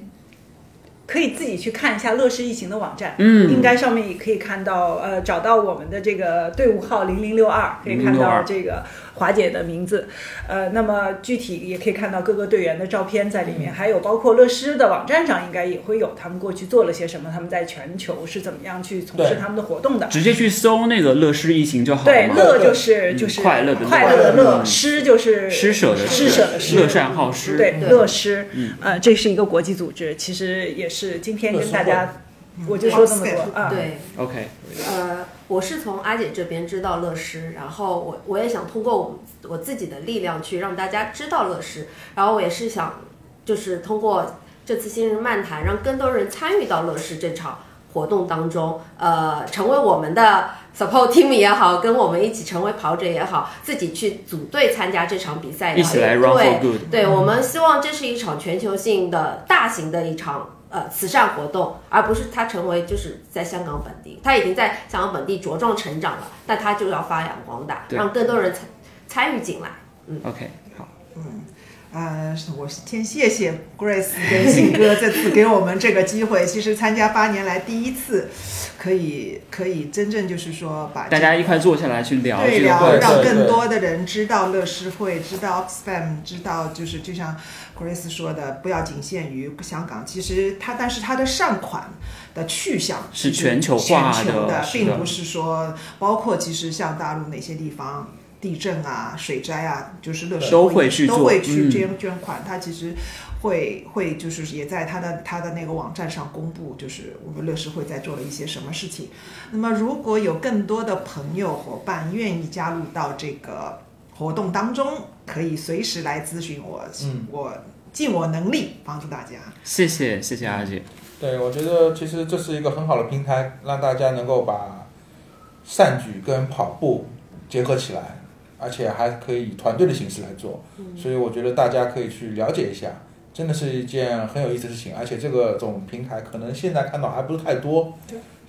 可以自己去看一下乐视疫情的网站，
嗯
应该上面也可以看到，呃，找到我们的这个队伍号零零六二，可以看到
0062
这个华姐的名字，呃，那么具体也可以看到各个队员的照片在里
嗯
面，还有包括乐视的网站上应该也会有他们过去做了些什么，他们在全球是怎么样去从事
对
他们的活动的。
直接去搜那个乐视疫情就好了
对，
嘛。
乐就是
嗯
就是
快乐的乐
快乐的乐，
嗯
施就是
施舍的
施舍的施
乐善好施。
对，
对
乐施
嗯，
呃，这是一个国际组织，其实也是今天跟大
乐
家，我就说这么
嗯
多啊。
对，
OK，
呃，我是从阿姐这边知道乐师，然后我我也想通过我我自己的力量去让大家知道乐师，然后我也是想就是通过这次新人漫谈，让更多人参与到乐师这场活动当中，呃，成为我们的 support team 也好，跟我们一起成为跑者也好，自己去组队参加这场比赛也
一
好，
起来 run
对
for good。
对，我们希望这是一场全球性的大型的一场呃慈善活动，而不是它成为就是在香港本地，它已经在香港本地茁壮成长了，那它就要发扬光大，
对
让更多人参参与进来。
OK，
呃，我先谢谢 Grace 跟信哥这次给我们这个机会。其实参加八年来第一次，可以可以真正就是说把
大家一块坐下来去聊
对
这个
聊，
话
对
题。
让
对
更多的人知道乐施会，知道 Oxfam，知道就是就像 Grace 说的，不要仅限于香港。其实它，但是它的善款的去向
是
其实
全球化
全球
的
的，
是的
并不是说包括其实像大陆哪些地方。地震啊、水灾啊，就是乐施
都
会
会去
都
做
会去
嗯
捐捐款，它其实会会就是也在他的他的那个网站上公布，就是我们乐视会在做了一些什么事情。那么如果有更多的朋友伙伴愿意加入到这个活动当中，可以随时来咨询我，
嗯
我尽我能力帮助大家。
谢谢谢谢阿姐，
(laughs) 对，我觉得其实这是一个很好的平台，让大家能够把善举跟跑步结合起来，而且还可以以团队的形式来做。所以我觉得大家可以去了解一下，真的是一件很有意思的事情。而且这个种平台可能现在看到还不是太多，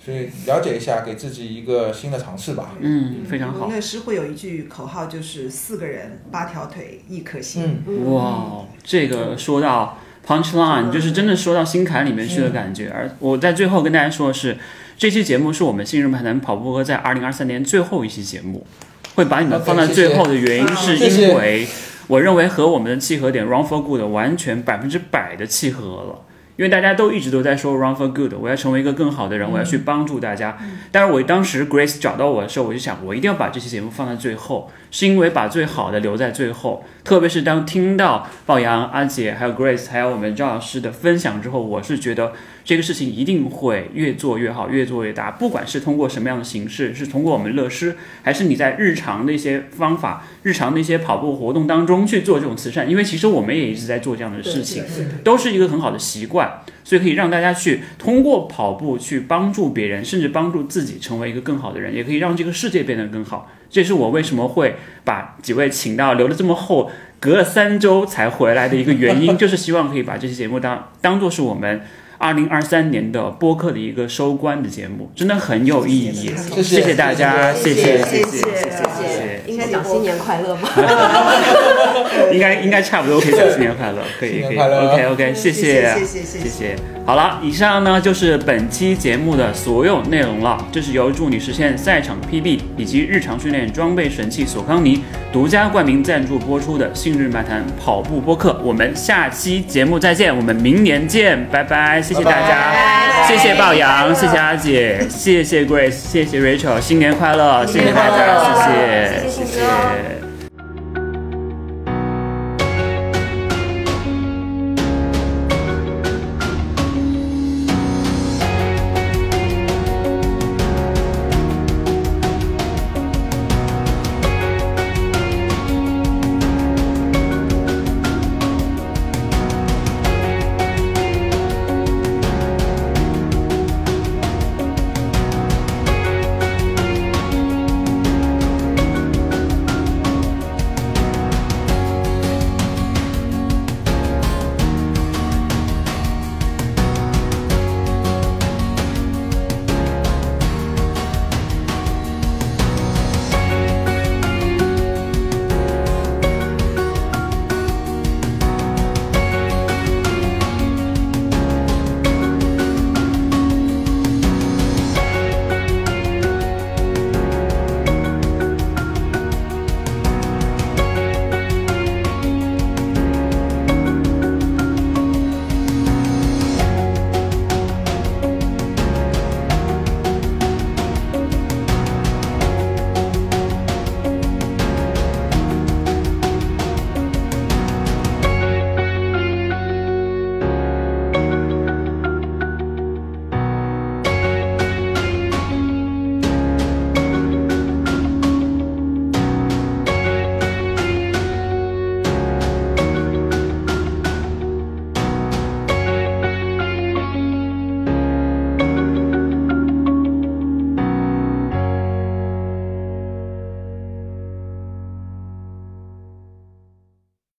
所以了解一下，给自己一个新的尝试吧。
嗯，非常
我
好
们，乐视会有一句口号，就是四个人八条腿一颗心。
嗯，嗯
哇，这个说到 punchline，就是真的说到心坎里面去的感觉。而我在最后跟大家说的是，这期节目是我们新人漫谈跑步哥在二零二三年最后一期节目，会把你们
OK，
放在
谢
最
谢
后的原因是
谢
因
嗯谢
为我认为和我们的契合点 Run for Good 完全百分之百的契合了。因为大家都一直都在说 Run for Good，我要成为一个更好的
嗯
人，我要去帮助大家。但是我当时 Grace 找到我的时候，我就想，我一定要把这期节目放在最后，是因为把最好的留在最后。特别是当听到鲍阳、阿姐、还有 Grace，还有我们赵老师的分享之后，我是觉得这个事情一定会越做越好，越做越大。不管是通过什么样的形式，是通过我们乐师，还是你在日常的一些方法、日常的一些跑步活动当中去做这种慈善，因为其实我们也一直在做这样的事情。
对
都是一个很好的习惯，所以可以让大家去通过跑步去帮助别人，甚至帮助自己成为一个更好的人，也可以让这个世界变得更好。这是我为什么会把几位请到留的这么后， (laughs) 隔了三周才回来的一个原因，就是希望可以把这期节目当当做是我们。二零二三年的播客的一个收官的节目，真的很有意义。
谢
谢谢大家，
谢
谢谢
谢谢
谢
应该讲新年快乐吧。
应该应该差不多可以讲新年快乐，可以可
新
以
年快乐
，OK OK，谢哎谢
谢谢谢谢
谢谢。好了，以上呢就是本期节目的所有内容了。这是由助你实现赛场 PB 以及日常训练装备神器索康尼独家冠名赞助播出的《信日漫谈跑步播客》，我们下期节目再见，我们明年见，拜拜，谢谢大家，
拜拜
谢谢龅
拜拜
阳，谢谢阿姐，
(laughs)
谢谢 Grace，谢谢 Rachel，新年快乐，谢谢大家，
新年快
谢
乐谢谢
谢
信哥
谢。